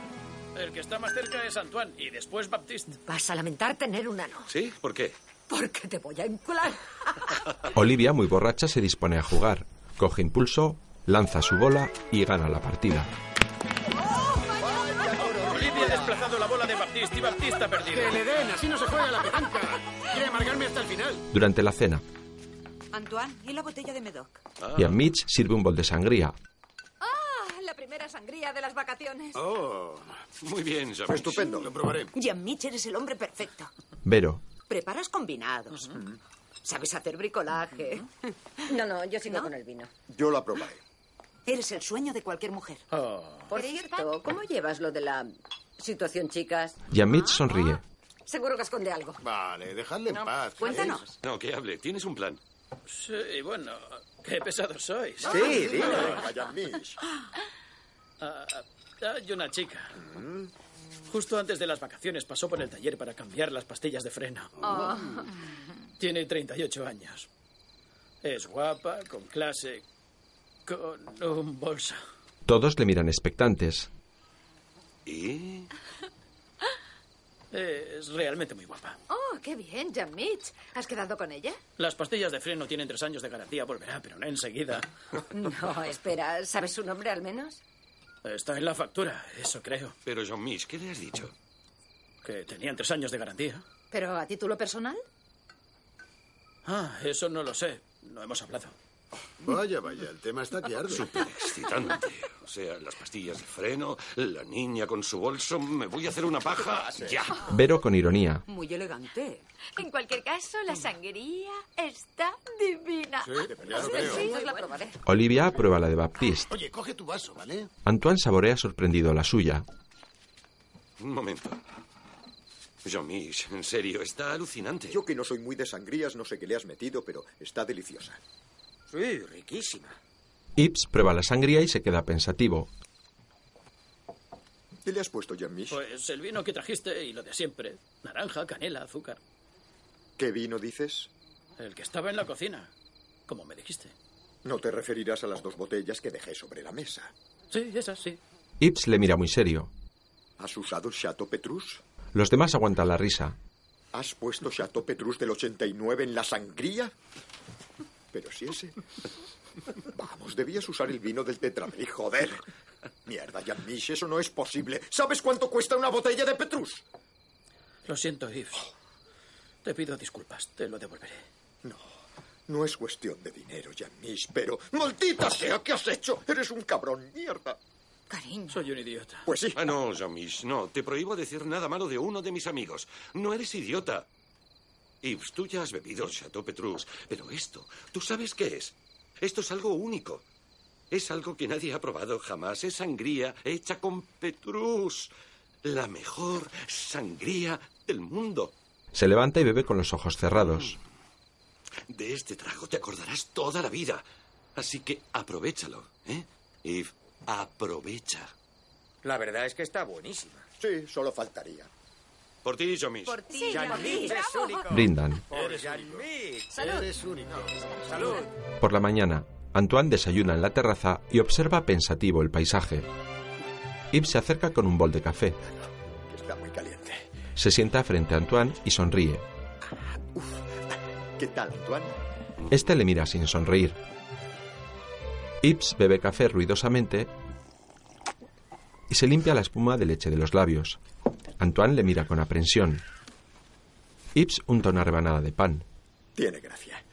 El que está más cerca es Antoine y después Baptiste. Vas a lamentar tener un ano. ¿Sí? ¿Por qué? Porque te voy a encular. Olivia, muy borracha, se dispone a jugar. Coge impulso, lanza su bola y gana la partida. Olivia ha desplazado la bola de Baptiste y Baptiste ha perdido. Que le den, así no se juega la petanca. Quiere amargarme hasta el final. Durante la cena, Antoine, ¿y la botella de Medoc? Ian Mitch sirve un bol de sangría. ¡Ah! La primera sangría de las vacaciones. Oh, muy bien, Pues Jean. Estupendo. Lo probaré. Jan Mitch, eres el hombre perfecto. Vero, Preparas combinados. Sabes hacer bricolaje. No, no, yo sigo con el vino. Yo la probaré. Eres el sueño de cualquier mujer. Por cierto, ¿cómo llevas lo de la situación, chicas? Ian Mitch sonríe. Seguro que esconde algo. Vale, dejadle en paz. cuéntanos. No, que hable. Tienes un plan. Sí, bueno, qué pesados sois. Sí, dilo. Vaya Mitch. Ah, ah, hay una chica. Justo antes de las vacaciones pasó por el taller para cambiar las pastillas de freno. Oh. Tiene 38 años. Es guapa, con clase, con un bolso. Todos le miran expectantes. ¿Y? Es realmente muy guapa. Oh, qué bien, Jan Mitch. ¿Has quedado con ella? Las pastillas de freno tienen tres años de garantía, volverá, pero no enseguida. No, Oh, espera, ¿sabes su nombre al menos? Está en la factura, eso creo. Pero, John Mitch, ¿qué le has dicho? Que tenían tres años de garantía. ¿Pero a título personal? Ah, eso no lo sé. No hemos hablado. Vaya, vaya, el tema está que arde. Excitante. O sea, las pastillas de freno, la niña con su bolso, me voy a hacer una paja. Ya. Vero con ironía. Muy elegante. En cualquier caso, la sangría está divina. Sí, ya lo veo. Pues la probaré. Olivia pues, prueba la de Baptiste. Oye, coge tu vaso, ¿vale? Antoine saborea sorprendido la suya. Un momento. John Mitch, en serio, está alucinante. Yo que no soy muy de sangrías, no sé qué le has metido, pero está deliciosa. Sí, riquísima. Ibs prueba la sangría y se queda pensativo. ¿Qué le has puesto, Jan Mitch? Pues el vino que trajiste y lo de siempre. Naranja, canela, azúcar. ¿Qué vino dices? El que estaba en la cocina, como me dijiste. No te referirás a las dos botellas que dejé sobre la mesa. Sí, esa sí. Ibs le mira muy serio. ¿Has usado Chateau Petrus? Los demás aguantan la risa. ¿Has puesto Chateau Petrus del 89 en la sangría? Pero si ese. Vamos, debías usar el vino del tetrabric, joder. Mierda, Jan Mitch, eso no es posible. ¿Sabes cuánto cuesta una botella de Petrus? Lo siento, Yves. Te pido disculpas, te lo devolveré. No es cuestión de dinero, Jan Mitch, pero. ¡Maldita sea! ¿Qué has hecho? Eres un cabrón, mierda. Soy un idiota. Pues sí. Ah, no, John Mitch, no. Te prohíbo decir nada malo de uno de mis amigos. No eres idiota. Yves, tú ya has bebido Chateau Petrus, pero esto, ¿tú sabes qué es? Esto es algo único. Es algo que nadie ha probado jamás. Es sangría hecha con Petrus. La mejor sangría del mundo. Se levanta y bebe con los ojos cerrados. De este trago te acordarás toda la vida. Así que aprovechalo, ¿eh? Yves, aprovecha. La verdad es que está buenísima. Sí, solo faltaría. Por ti, John Mitch. Por ti, Jan Jan Mitch, Mitch, es bravo. único. Brindan. Por Jan Mitch. Eres único. Salud. Por la mañana, Antoine desayuna en la terraza y observa pensativo el paisaje. Yves se acerca con un bol de café. que Está muy caliente. Se sienta frente a Antoine y sonríe. ¿Qué tal, Antoine? Este le mira sin sonreír. Ibs bebe café ruidosamente y se limpia la espuma de leche de los labios. Antoine le mira con aprensión. Ibs unta una rebanada de pan. Tiene gracia.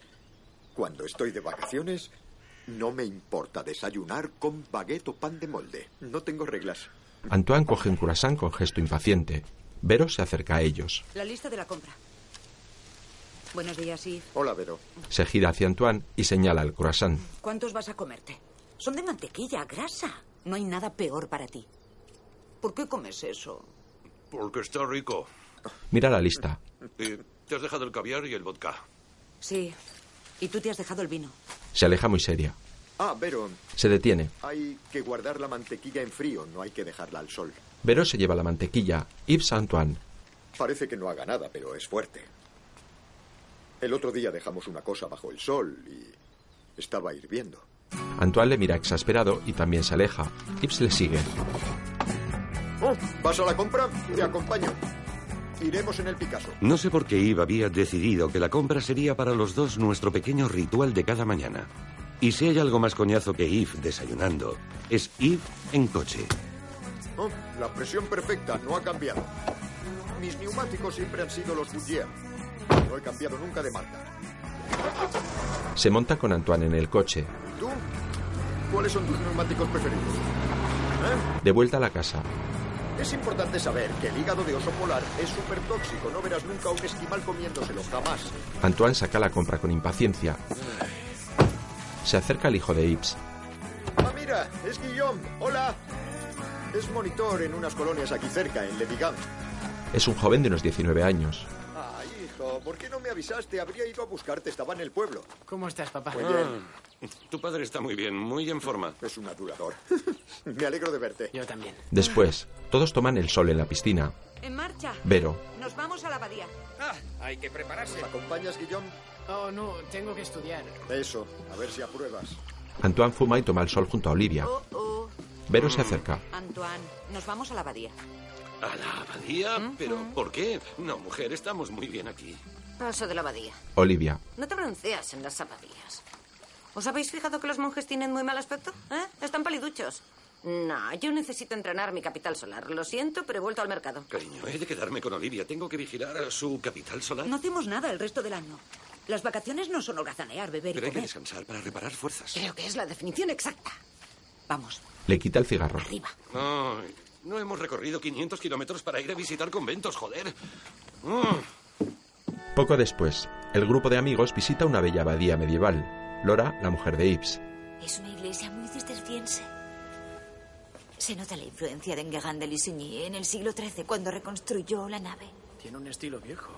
Cuando estoy de vacaciones, No me importa desayunar con baguette o pan de molde. No tengo reglas. Antoine coge un croissant con gesto impaciente. Vero se acerca a ellos. La lista de la compra. Buenos días, Yves. Hola, Vero. Se gira hacia Antoine y señala el croissant. ¿Cuántos vas a comerte? Son de mantequilla, grasa. No hay nada peor para ti. ¿Por qué comes eso? Porque está rico. Mira la lista. Y te has dejado el caviar y el vodka. Sí. Y tú te has dejado el vino. Se aleja muy seria. Ah, Vero, Se detiene. hay que guardar la mantequilla en frío, no hay que dejarla al sol. Vero se lleva la mantequilla. Yves a Antoine. Parece que no haga nada, pero es fuerte. El otro día dejamos una cosa bajo el sol y estaba hirviendo. Antoine le mira exasperado y también se aleja. Yves le sigue. Oh, ¿Vas a la compra? Te acompaño. Iremos en el Picasso. No sé por qué Iva había decidido que la compra sería para los dos nuestro pequeño ritual de cada mañana. Y si hay algo más coñazo que Eve desayunando, es Eve en coche. Oh, la presión perfecta no ha cambiado. Mis neumáticos siempre han sido los Goodyear. No he cambiado nunca de marca. Se monta con Antoine en el coche. ¿Tú? ¿Cuáles son tus neumáticos preferidos? ¿Eh? De vuelta a la casa. Es importante saber que el hígado de oso polar es súper tóxico. No verás nunca un esquimal comiéndoselo, jamás. Antoine saca la compra con impaciencia. Se acerca al hijo de Yves. Ah, mira, es Guillaume. Hola. Es monitor en unas colonias aquí cerca, en Levigan. Es un joven de unos 19 años. Ah, hijo, ¿por qué no me avisaste? Habría ido a buscarte, estaba en el pueblo. ¿Cómo estás, papá? Muy bien. Tu padre está muy bien, muy en forma. Es un adulador. Me alegro de verte. Yo también. Después, todos toman el sol en la piscina. En marcha. Vero. Nos vamos a la abadía. Ah, Hay que prepararse. ¿Me acompañas, Guillaume? Oh, no, tengo que estudiar. Eso, a ver si apruebas. Antoine fuma y toma el sol junto a Olivia. Oh, oh. Vero se acerca. Antoine, nos vamos a la abadía. A la abadía, pero ¿por qué? No, mujer, estamos muy bien aquí. Paso de la abadía. Olivia. No te bronceas en las abadías. ¿Os habéis fijado que los monjes tienen muy mal aspecto? ¿Eh? Están paliduchos. No, yo necesito entrenar mi capital solar. Lo siento, pero he vuelto al mercado. Cariño, he de quedarme con Olivia. Tengo que vigilar a su capital solar. No hacemos nada el resto del año. Las vacaciones no son holgazanear, beber y Pero hay que comer. descansar para reparar fuerzas. Creo que es la definición exacta. Vamos. Le quita el cigarro. Ay, no hemos recorrido 500 kilómetros para ir a visitar conventos, joder. Mm. Poco después, el grupo de amigos visita una bella abadía medieval. Lora, la mujer de Yves. Es una iglesia muy cisterciense. Se nota la influencia de Enguerrand de Lusigny en el siglo XIII, cuando reconstruyó la nave. Tiene un estilo viejo.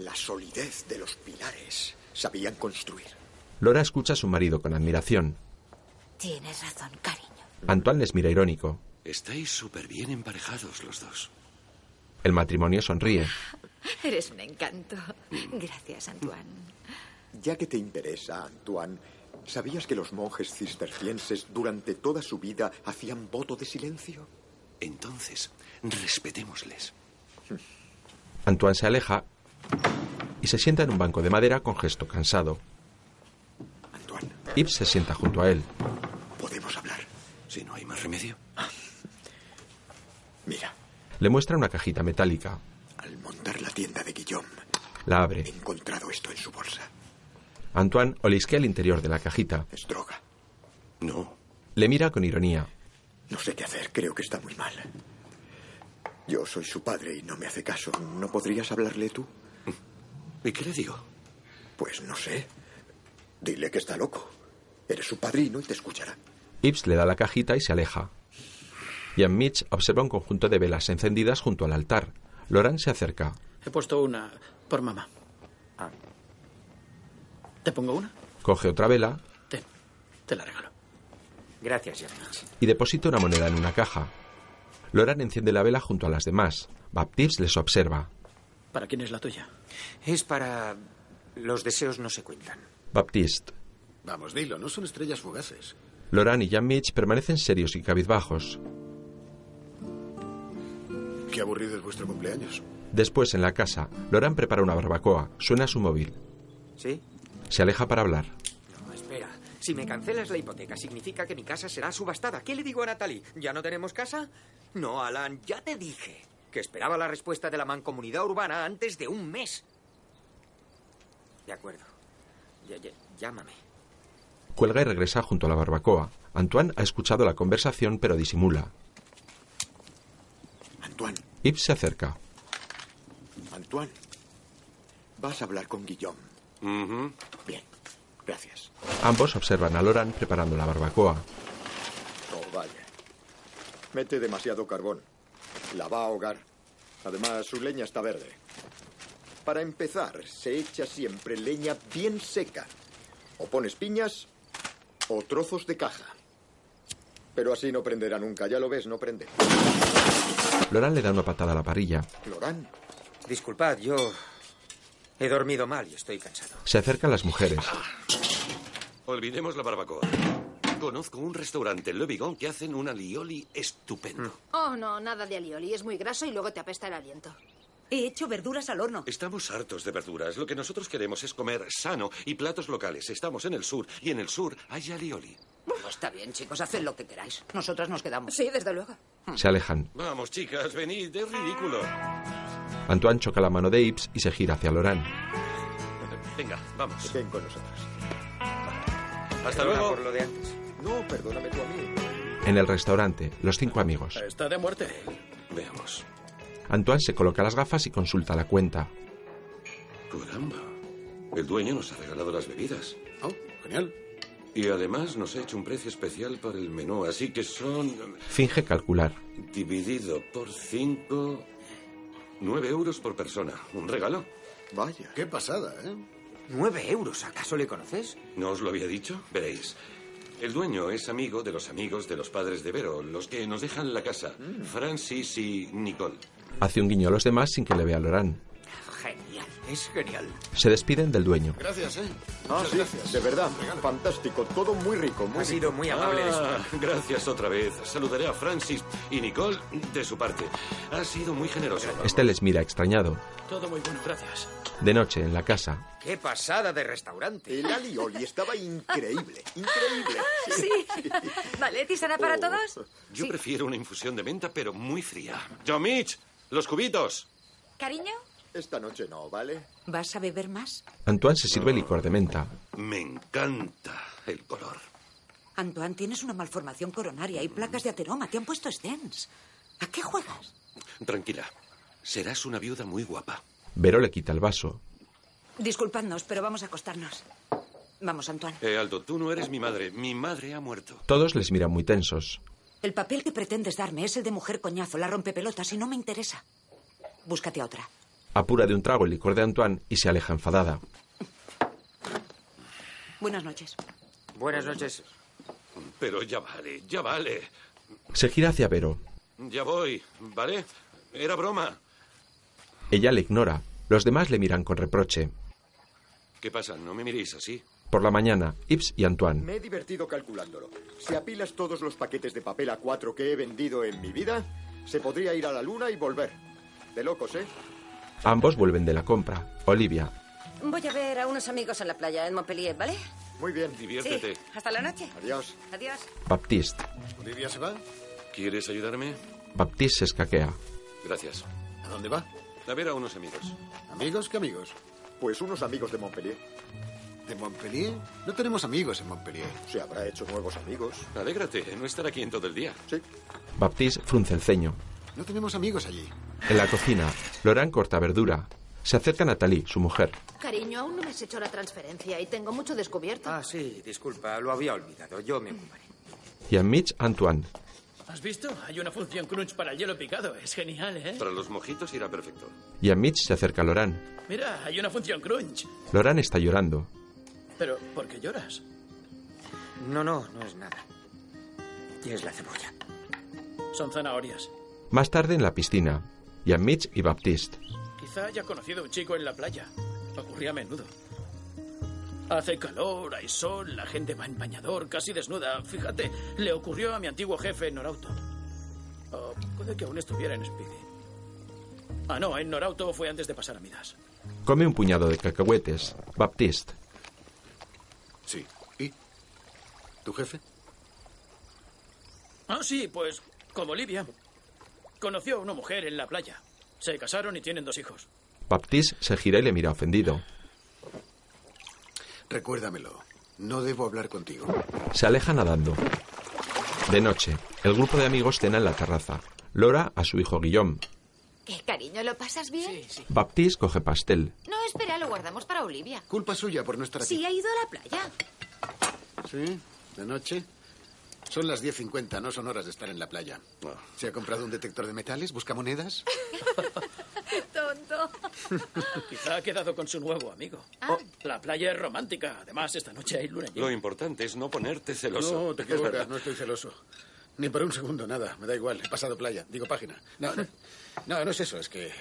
La solidez de los pilares. Sabían construir. Lora escucha a su marido con admiración. Tienes razón, cariño. Antoine les mira irónico. Estáis súper bien emparejados los dos. El matrimonio sonríe. Eres un encanto. Gracias, Antoine. Ya que te interesa, Antoine, ¿sabías que los monjes cistercienses durante toda su vida hacían voto de silencio? Entonces, respetémosles. Antoine se aleja y se sienta en un banco de madera con gesto cansado. Yves se sienta junto a él. Podemos hablar. Si no hay más remedio. Mira, Le muestra una cajita metálica. al montar la tienda de Guillaume, La abre. he encontrado esto en su bolsa. Antoine olisquea el interior de la cajita. Es droga. No. Le mira con ironía. No sé qué hacer, creo que está muy mal. Yo soy su padre y no me hace caso. ¿No podrías hablarle tú? ¿Y qué le digo? Pues no sé. Dile que está loco. Eres su padrino y te escuchará. Ips le da la cajita y se aleja. Jan Mitch observa un conjunto de velas encendidas junto al altar. Loran se acerca. He puesto una por mamá. ¿Te pongo una? Coge otra vela Te la regalo. Gracias, Jermich. y deposita una moneda en una caja. Loran enciende la vela junto a las demás. Baptiste les observa. ¿Para quién es la tuya? Es para... Los deseos no se cuentan. Baptiste. Vamos, dilo, no son estrellas fugaces. Loran y Jan Mitch permanecen serios y cabizbajos. Qué aburrido es vuestro cumpleaños. Después, en la casa, Loran prepara una barbacoa. Suena su móvil. ¿Sí? Se aleja para hablar. No, espera. Si me cancelas la hipoteca, significa que mi casa será subastada. ¿Qué le digo a Natalie? ¿Ya no tenemos casa? No, Alan, ya te dije que esperaba la respuesta de la mancomunidad urbana antes de un mes. De acuerdo. Ya- ya- llámame. Cuelga y regresa junto a la barbacoa. Antoine ha escuchado la conversación pero disimula. Antoine, Yves se acerca. Antoine, vas a hablar con Guillaume. Bien, gracias. Ambos observan a Loran preparando la barbacoa. Oh, vaya. Mete demasiado carbón. La va a ahogar. Además, su leña está verde. Para empezar, se echa siempre leña bien seca. O pones piñas o trozos de caja. Pero así no prenderá nunca. Ya lo ves, no prende. Loran le da una patada a la parrilla. Lorán. Disculpad, yo he dormido mal y estoy cansado. Se acercan las mujeres. Olvidemos la barbacoa. Conozco un restaurante en Le Vigon que hacen un alioli estupendo. Mm. Oh, no, nada de alioli. Es muy graso y luego te apesta el aliento. He hecho verduras al horno. Estamos hartos de verduras. Lo que nosotros queremos es comer sano y platos locales. Estamos en el sur y en el sur hay alioli. está bien, chicos, haced lo que queráis. Nosotras nos quedamos. Sí, desde luego. Se alejan. Vamos, chicas, venid, es ridículo. Antoine choca la mano de Yves y se gira hacia Loran. Venga, vamos. Ven con nosotros. Hasta luego. Por lo de antes. No, perdóname tú a mí. En el restaurante, los cinco amigos. Está de muerte. Veamos. Antoine se coloca las gafas y consulta la cuenta. Caramba. El dueño nos ha regalado las bebidas. Oh, genial. Y además nos ha hecho un precio especial para el menú, así que son um, Finge calcular. Dividido por cinco... Nueve euros por persona. Un regalo. Vaya. Qué pasada, ¿eh? ¿Nueve euros? ¿Acaso le conoces? ¿No os lo había dicho? Veréis. El dueño es amigo de los amigos de los padres de Vero, los que nos dejan la casa. Mm. Francis y Nicole. Hace un guiño a los demás sin que le vea Loran. Genial, es genial. Se despiden del dueño. Gracias, ¿eh? Ah, sí, de verdad. Fantástico. Todo muy rico. Muy Ha sido muy amable de su Ah, gracias otra vez. Saludaré a Francis y Nicole de su parte. Ha sido muy generoso. Este les mira extrañado. Todo muy bueno, gracias. De noche, en la casa, ¡Qué pasada de restaurante! El alioli estaba increíble. Increíble. Ah, Sí. Vale, tisana para Oh. todos. Yo prefiero una infusión de menta, pero muy fría. John Mitch, los cubitos. Cariño. Esta noche no, ¿vale? ¿Vas a beber más? Antoine se sirve licor de menta. Me encanta el color. Antoine, tienes una malformación coronaria y placas de ateroma. Te han puesto stents. ¿A qué juegas? Tranquila. Serás una viuda muy guapa. Vero le quita el vaso. Disculpadnos, pero vamos a acostarnos. Vamos, Antoine. Eh, Aldo, tú no eres mi madre. Mi madre ha muerto. Todos les miran muy tensos. El papel que pretendes darme es el de mujer coñazo, la rompepelotas y no me interesa. Búscate a otra. Apura de un trago el licor de Antoine y se aleja enfadada. Buenas noches. Buenas noches. Pero ya vale, ya vale. Se gira hacia Vero. Ya voy, ¿vale? Era broma. Ella le ignora. Los demás le miran con reproche. ¿Qué pasa? No me miréis así. Por la mañana, Yves y Antoine. Me he divertido calculándolo. Si apilas todos los paquetes de papel A4 que he vendido en mi vida, se podría ir a la luna y volver. De locos, ¿eh? Ambos vuelven de la compra. Olivia. Voy a ver a unos amigos en la playa en Montpellier, ¿vale? Muy bien. Diviértete. Sí. Hasta la noche. Adiós. Adiós. Baptiste. ¿Olivia se va? ¿Quieres ayudarme? Baptiste se escaquea. Gracias. ¿A dónde va? A ver a unos amigos. ¿Amigos? ¿Qué amigos? Pues unos amigos de Montpellier. ¿De Montpellier? No tenemos amigos en Montpellier. Se habrá hecho nuevos amigos. Alégrate de no estar aquí en todo el día. Sí. Baptiste frunce el ceño. No tenemos amigos allí. En la cocina, Laurent corta verdura. Se acerca Natalie, su mujer. Cariño, aún no me has hecho la transferencia y tengo mucho descubierto. Ah, sí, disculpa, lo había olvidado. Yo me ocuparé. Y a Mitch, Antoine. ¿Has visto? Hay una función crunch para el hielo picado. Es genial, ¿eh? Para los mojitos irá perfecto. Y a Mitch se acerca Loran. Mira, hay una función crunch. Loran está llorando. Pero, ¿por qué lloras? No, no, no es nada. Es la cebolla. Son zanahorias. Más tarde en la piscina. Y a Mitch y Baptiste. Quizá haya conocido a un chico en la playa. Ocurría a menudo. Hace calor, hay sol, la gente va en bañador, casi desnuda. Fíjate, le ocurrió a mi antiguo jefe en Norauto. O puede que aún estuviera en Speedy. Ah, no, en Norauto fue antes de pasar a Midas. Come un puñado de cacahuetes. Baptiste. Sí. ¿Y? ¿Tu jefe? Ah, sí, pues como Olivia. Conoció a una mujer en la playa. Se casaron y tienen dos hijos. Baptiste se gira y le mira ofendido. Recuérdamelo. No debo hablar contigo. Se aleja nadando. De noche, el grupo de amigos cena en la terraza. Lora a su hijo Guillaume. ¿Qué, cariño? ¿Lo pasas bien? Baptiste coge pastel. No, espera, lo guardamos para Olivia. Culpa suya por no estar aquí. Sí, ha ido a la playa. ¿Sí? ¿De noche? Son las 10.50, no son horas de estar en la playa. ¿Se ha comprado un detector de metales? ¿Busca monedas? Tonto. Quizá ha quedado con su nuevo amigo. Ah. Oh, La playa es romántica. Además, esta noche hay luna llena. Lo importante es no ponerte celoso. No, te equivocas, no estoy celoso. Ni por un segundo, nada, me da igual. He pasado playa, digo página. No, no, no, no es eso, es que.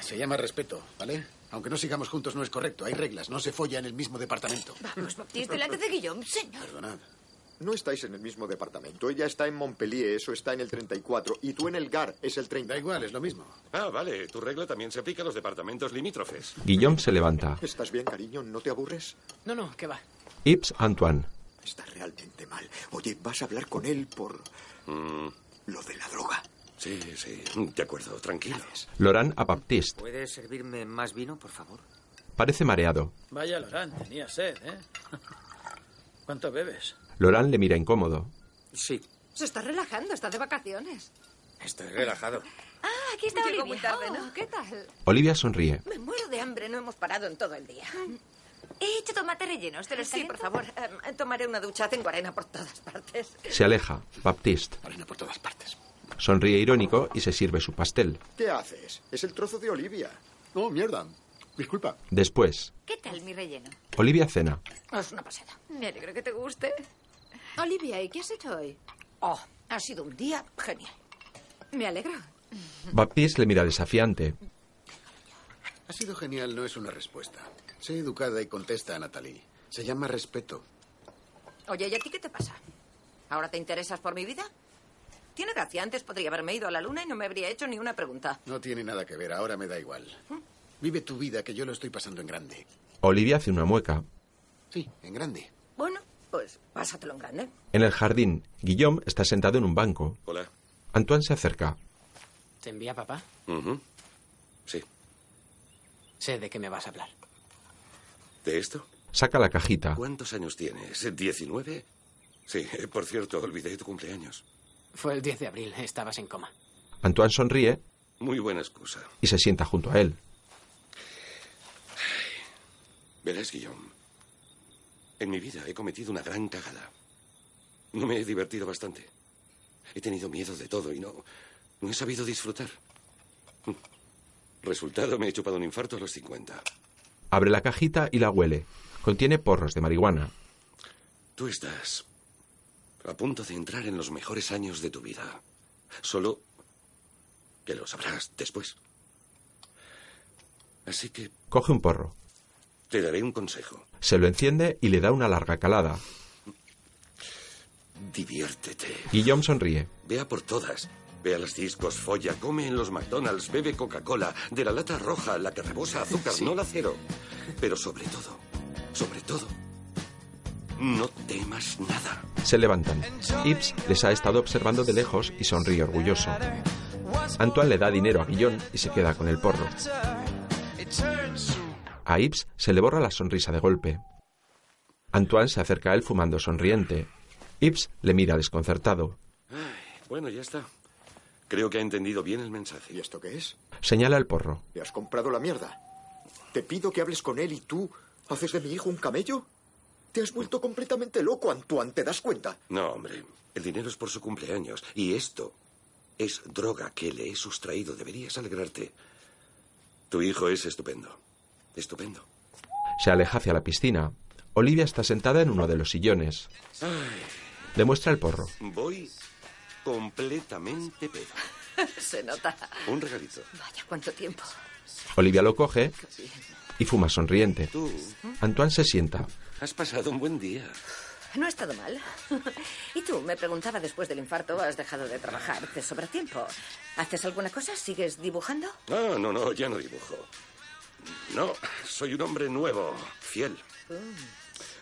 Se llama respeto, ¿vale? Aunque no sigamos juntos no es correcto, hay reglas, no se folla en el mismo departamento. Vamos, Baptiste, delante de Guillaume, señor. Perdonad. No estáis en el mismo departamento. Ella está en Montpellier, eso está en el 34. Y tú en el GAR, es el 30. Da igual, es lo mismo. Ah, vale, tu regla también se aplica a los departamentos limítrofes. Guillaume se Ah. levanta. ¿Estás bien, cariño? ¿No te aburres? No, no, que va. Yves Antoine. Estás realmente mal. Oye, vas a hablar con él por Mm. lo de la droga. Sí, sí, de acuerdo, tranquilos. Laurent a Baptiste. ¿Puede servirme más vino, por favor? Parece mareado. Vaya, Lorán, tenía sed, ¿eh? ¿Cuánto bebes? Laurent le mira incómodo. Sí. Se está relajando, está de vacaciones. Estoy relajado. Ah, aquí está Olivia. muy tarde, ¿no? ¿Qué tal? Olivia sonríe. Me muero de hambre, no hemos parado en todo el día. Ah. He hecho tomate rellenos, te los Sí, por caliento. favor, em, tomaré una ducha. Tengo arena por todas partes. Se aleja. Baptiste. por todas partes. Sonríe irónico y se sirve su pastel. ¿Qué haces? Es el trozo de Olivia. No, mierda. Disculpa. Después, ¿Qué tal mi relleno? Olivia cena. Es una pasada. Me alegro que te guste. Olivia, ¿y qué has hecho hoy? Oh, ha sido un día genial. Me alegro. Baptiste le mira desafiante. Ha sido genial, no es una respuesta. Sé educada y contesta a Natalie. Se llama respeto. Oye, ¿y a ti qué te pasa? ¿Ahora te interesas por mi vida? Tiene gracia, antes podría haberme ido a la luna y no me habría hecho ni una pregunta. No tiene nada que ver, ahora me da igual. Vive tu vida, que yo lo estoy pasando en grande. Olivia hace una mueca. Sí, en grande. Bueno, pues pásatelo en grande. En el jardín, Guillaume está sentado en un banco. Hola. Antoine se acerca. ¿Te envía papá? Ujú. Sí. Sé de qué me vas a hablar. ¿De esto? Saca la cajita. ¿Cuántos años tienes? ¿19? Sí, eh, por cierto, olvidé tu cumpleaños. Fue el 10 de abril, estabas en coma. Antoine sonríe Muy buena excusa. y se sienta junto a él. Verás, Guillaume. En mi vida he cometido una gran cagada. No me he divertido bastante. He tenido miedo de todo y no, no he sabido disfrutar. Resultado, me he chupado un infarto a los 50. Abre la cajita y la huele. Contiene porros de marihuana. Tú estás a punto de entrar en los mejores años de tu vida. Solo que lo sabrás después. Así que Coge un porro. te daré un consejo. Se lo enciende y le da una larga calada. Diviértete. Guillaume sonríe. Vea por todas. Ve a los discos, folla, come en los McDonald's, bebe Coca-Cola, de la lata roja, la que rebosa azúcar, no la cero. Pero sobre todo, sobre todo, no temas nada. Se levantan. Ibs les ha estado observando de lejos y sonríe orgulloso. Antoine le da dinero a Guillaume y se queda con el porro. A Ibs se le borra la sonrisa de golpe. Antoine se acerca a él fumando sonriente. Ibs le mira desconcertado. Bueno, ya está. Creo que ha entendido bien el mensaje. ¿Y esto qué es? Señala el porro. ¿Le has comprado la mierda? Te pido que hables con él y tú haces de mi hijo un camello. Te has vuelto completamente loco, Antoine, ¿te das cuenta? No, hombre. El dinero es por su cumpleaños. Y esto es droga que le he sustraído. Deberías alegrarte. Tu hijo es estupendo. Estupendo. Se aleja hacia la piscina. Olivia está sentada en uno de los sillones. Le muestra el porro. Voy completamente pedo. Se nota. Un regalito. Vaya, cuánto tiempo. Olivia lo coge y fuma sonriente. Tú Antoine se sienta. has pasado un buen día. No ha estado mal. Y tú, me preguntaba después del infarto, has dejado de trabajar, te sobra tiempo. ¿Haces alguna cosa? ¿Sigues dibujando? No, no, no, ya no dibujo. No, soy un hombre nuevo, fiel.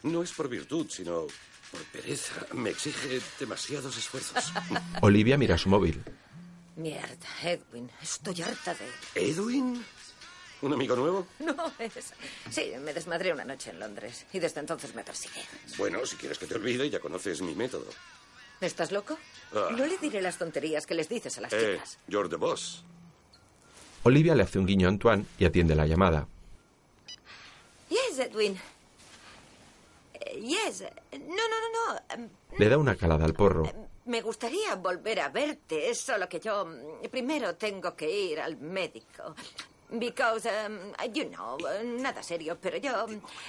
No es por virtud, sino por pereza. Me exige demasiados esfuerzos. Olivia mira su móvil. Mierda, Edwin, estoy harta de... ¿Edwin? ¿Un amigo nuevo? No, es. Sí, me desmadré una noche en Londres y desde entonces me persigue. Bueno, si quieres que te olvide, ya conoces mi método. ¿Estás loco? Ah. No le diré las tonterías que les dices a las Eh, chicas. you're the boss. Olivia le hace un guiño a Antoine y atiende la llamada. Yes, Edwin. Eh, Yes. No, no, no, no. Em, Le da una calada al porro. Me gustaría volver a verte, solo que yo mm, primero tengo que ir al médico. Because, um, you know, eh, nada serio, pero yo.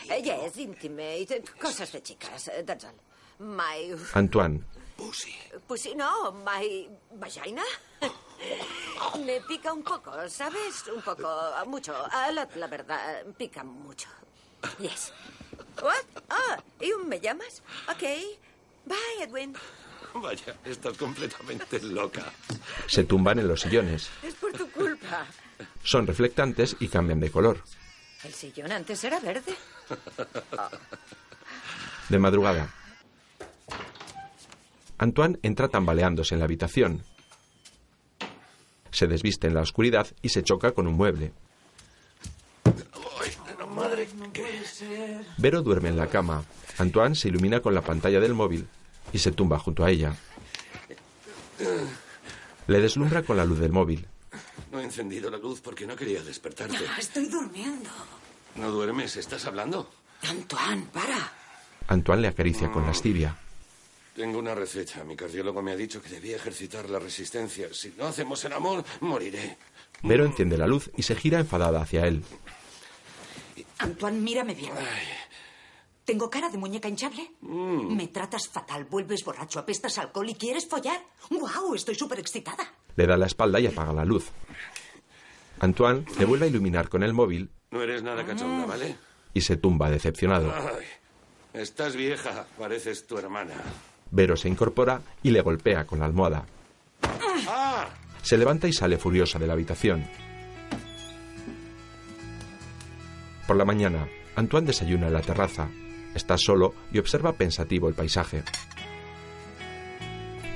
eh, Yes, intimate, eh, cosas de chicas, eh, that's all. My. Antoine, Pues sí, no, my vagina. Me pica un poco, ¿sabes? Un poco, mucho. A la, la verdad, pica mucho. Yes. What? Ah, ¿y un me llamas? Ok. Bye, Edwin. Vaya, estás completamente loca. se tumban en los sillones. Es por tu culpa. Son reflectantes y cambian de color. El sillón antes era verde. De madrugada. Antoine entra tambaleándose en la habitación. Se desviste en la oscuridad y se choca con un mueble. madre que... ser. Vero duerme en la cama. Antoine se ilumina con la pantalla del móvil y se tumba junto a ella. Le deslumbra con la luz del móvil. No he encendido la luz porque no quería despertarte. Ah, Estoy durmiendo. ¿No duermes? ¿Estás hablando? Antoine, para. Antoine le acaricia con lascivia. Tengo una receta. Mi cardiólogo me ha dicho que debía ejercitar la resistencia. Si no hacemos el amor, moriré. Vero enciende la luz y se gira enfadada hacia él. Antoine, mírame bien. ¿Tengo cara de muñeca hinchable? Mm. Me tratas fatal, vuelves borracho, apestas alcohol y quieres follar. ¡Guau! Estoy súper excitada. Le da la espalda y apaga la luz. Antoine le vuelve a iluminar con el móvil No eres nada cachonda, ¿vale? y se tumba decepcionado. Ay, estás vieja. Pareces tu hermana. Vero se incorpora y le golpea con la almohada. ¡Ah! Se levanta y sale furiosa de la habitación. Por la mañana, Antoine desayuna en la terraza. Está solo y observa pensativo el paisaje.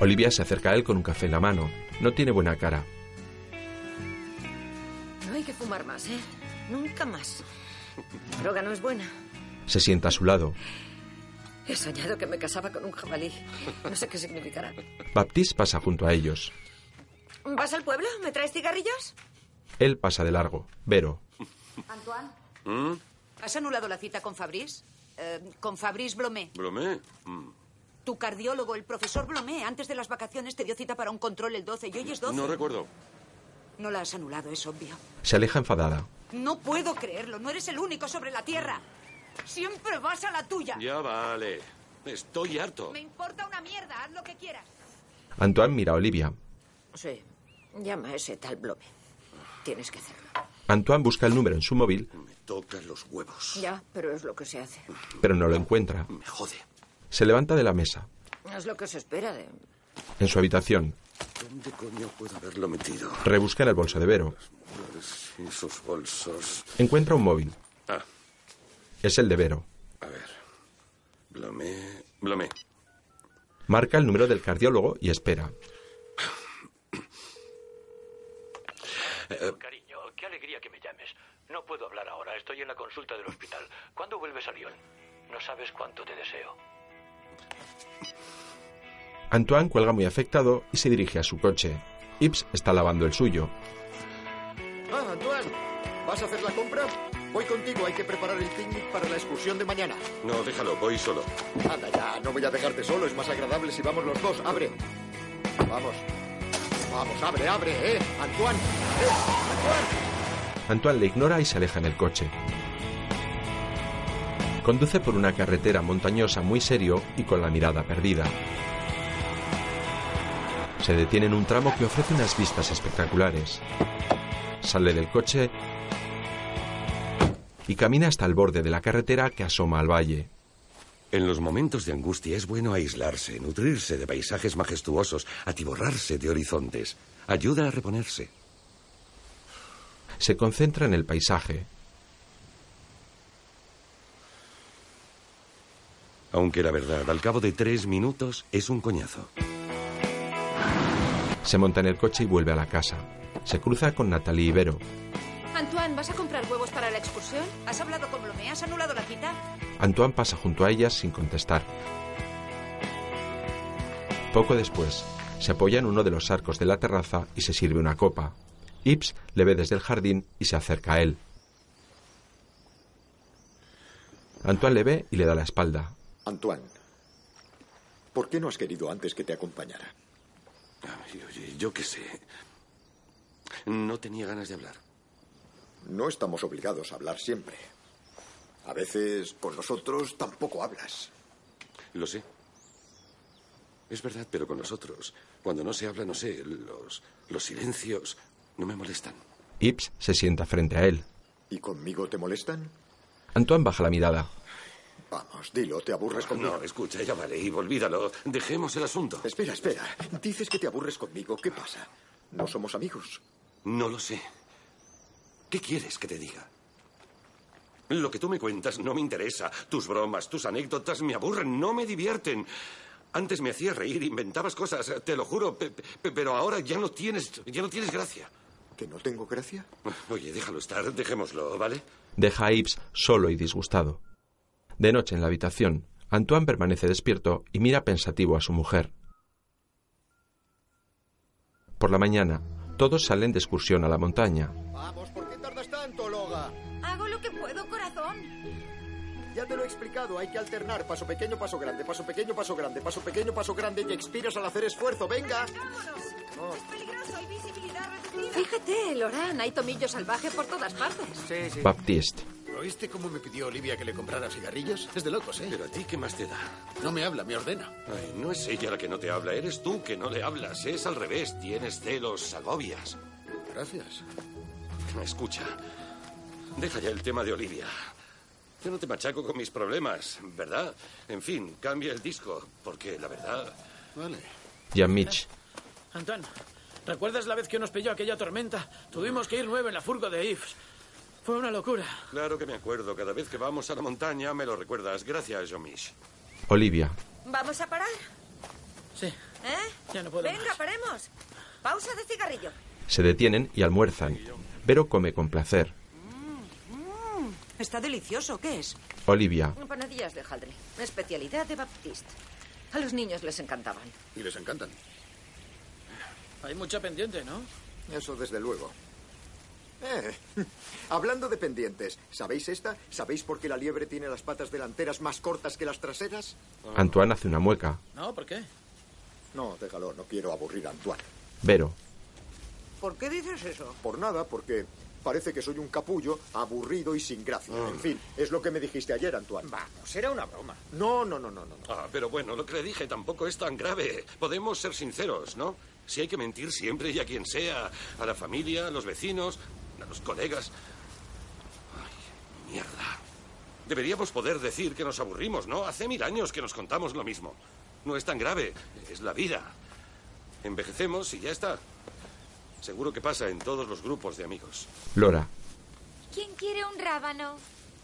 Olivia se acerca a él con un café en la mano. No tiene buena cara. No hay que fumar más, ¿eh? Nunca más. La droga no es buena. Se sienta a su lado. He soñado que me casaba con un jabalí. No sé qué significará. Baptiste pasa junto a ellos. ¿Vas al pueblo? ¿Me traes cigarrillos? Él pasa de largo. Vero. Antoine, ¿has anulado la cita con Fabrice? Eh, con Fabrice Blomé. ¿Bromé? Tu cardiólogo, el profesor Blomé, antes de las vacaciones te dio cita para un control el 12 y hoy es 12. No recuerdo. No la has anulado, es obvio. Se aleja enfadada. No puedo creerlo, no eres el único sobre la Tierra. Siempre vas a la tuya. Ya vale. Estoy harto. Me importa una mierda, haz lo que quieras. Antoine mira a Olivia. Sí. Llama a ese tal Blome. Tienes que hacerlo. Antoine busca el número en su móvil, Tocas los huevos. Ya, pero es lo que se hace. pero no lo encuentra. Me jode. Se levanta de la mesa. Es lo que se espera de... En su habitación, ¿Dónde coño puedo haberlo metido? rebusca en el bolso de Vero. Y sus bolsos. Encuentra un móvil. Ah. Es el de Vero. Blomé. Blomé. Marca el número del cardiólogo y espera. Eh, Cariño, qué alegría que me llames. No puedo hablar ahora, estoy en la consulta del hospital. ¿Cuándo vuelves a Lyon? No sabes cuánto te deseo. Antoine cuelga muy afectado y se dirige a su coche. Ips está lavando el suyo. Ah, Antoine, ¿vas a hacer la compra? Voy contigo, hay que preparar el picnic para la excursión de mañana. No, déjalo, voy solo. Anda ya, no voy a dejarte solo, es más agradable si vamos los dos. Abre. Vamos. Vamos, abre, abre, eh. Antoine. Eh, Antoine le ignora y se aleja en el coche. Conduce por una carretera montañosa muy serio y con la mirada perdida. Se detiene en un tramo que ofrece unas vistas espectaculares. Sale del coche y camina hasta el borde de la carretera que asoma al valle. En los momentos de angustia es bueno aislarse, nutrirse de paisajes majestuosos, atiborrarse de horizontes. Ayuda a reponerse. Se concentra en el paisaje. Aunque la verdad, al cabo de tres minutos, es un coñazo. Se monta en el coche y vuelve a la casa. Se cruza con Natalie Ibero. Antoine, ¿vas a comprar huevos para la excursión? ¿Has hablado con Blomé? ¿Has anulado la cita? Antoine pasa junto a ellas sin contestar. Poco después, se apoya en uno de los arcos de la terraza y se sirve una copa. Ips le ve desde el jardín y se acerca a él. Antoine le ve y le da la espalda. Antoine, ¿por qué no has querido antes que te acompañara? Ay, oye, yo qué sé. No tenía ganas de hablar. No estamos obligados a hablar siempre. A veces con nosotros tampoco hablas. Lo sé. Es verdad, pero con nosotros, cuando no se habla, no sé, los, los silencios no me molestan. Ips se sienta frente a él. ¿Y conmigo te molestan? Antoine baja la mirada. Vamos, dilo, te aburres conmigo. No, escucha, ya vale, y olvídalo. Dejemos el asunto. Espera, espera. Dices que te aburres conmigo. ¿Qué pasa? ¿No somos amigos? No lo sé. ¿Qué quieres que te diga? Lo que tú me cuentas no me interesa. Tus bromas, tus anécdotas me aburren, no me divierten. Antes me hacías reír, inventabas cosas, te lo juro, pe- pe- pero ahora ya no tienes, ya no tienes gracia. ¿Que no tengo gracia? Oye, déjalo estar, dejémoslo, ¿vale? Deja a Ips solo y disgustado. De noche en la habitación, Antoine permanece despierto y mira pensativo a su mujer. Por la mañana, todos salen de excursión a la montaña. Vamos, ¿por qué tardas tanto, Loga? Hago lo que puedo, corazón. Ya te lo he explicado, hay que alternar. Paso pequeño, paso grande, paso pequeño, paso grande, paso pequeño, paso grande y expiras al hacer esfuerzo. ¡Venga! Oh, Es peligroso, hay visibilidad reducida. Fíjate, Lorán, hay tomillo salvaje por todas partes. Sí, sí. Baptiste. ¿Oíste cómo me pidió Olivia que le comprara cigarrillos? Es de locos, ¿eh? Pero a ti, ¿qué más te da? No me habla, me ordena. Ay, no es ella la que no te habla, eres tú que no le hablas. Es al revés, tienes celos, agobias. Gracias. Escucha, deja ya el tema de Olivia. Yo no te machaco con mis problemas, ¿verdad? En fin, cambia el disco, porque la verdad... Vale. Jean-Mich. Antoine, ¿recuerdas la vez que nos pilló aquella tormenta? Tuvimos que ir nueve en la furgo de Yves. Fue una locura. Claro que me acuerdo, cada vez que vamos a la montaña me lo recuerdas. Gracias, Jomish. Olivia. ¿Vamos a parar? Sí. ¿Eh? Ya no puedo Venga, paremos. Pausa de cigarrillo. Se detienen y almuerzan. Vero come con placer. Mm, Está delicioso, ¿qué es? Olivia. Panadillas de hojaldre, especialidad de Baptiste. A los niños les encantaban. Y les encantan. Hay mucha pendiente, ¿no? Eso desde luego. Eh, hablando de pendientes, ¿sabéis esta? ¿Sabéis por qué la liebre tiene las patas delanteras más cortas que las traseras? Antoine hace una mueca. No, ¿por qué? No, déjalo, no quiero aburrir a Antoine. Vero. ¿Por qué dices eso? Por nada, porque parece que soy un capullo aburrido y sin gracia. En fin, es lo que me dijiste ayer, Antoine. Ah. Vamos, era una broma. No, no, no, no, no. Ah, pero bueno, lo que le dije tampoco es tan grave. Podemos ser sinceros, ¿no? Si hay que mentir siempre y a quien sea, a la familia, a los vecinos, a los colegas. Ay, mierda. Deberíamos poder decir que nos aburrimos, ¿no? Hace mil años que nos contamos lo mismo. No es tan grave, es la vida. Envejecemos y ya está. Seguro que pasa en todos los grupos de amigos. Lora. ¿Quién quiere un rábano?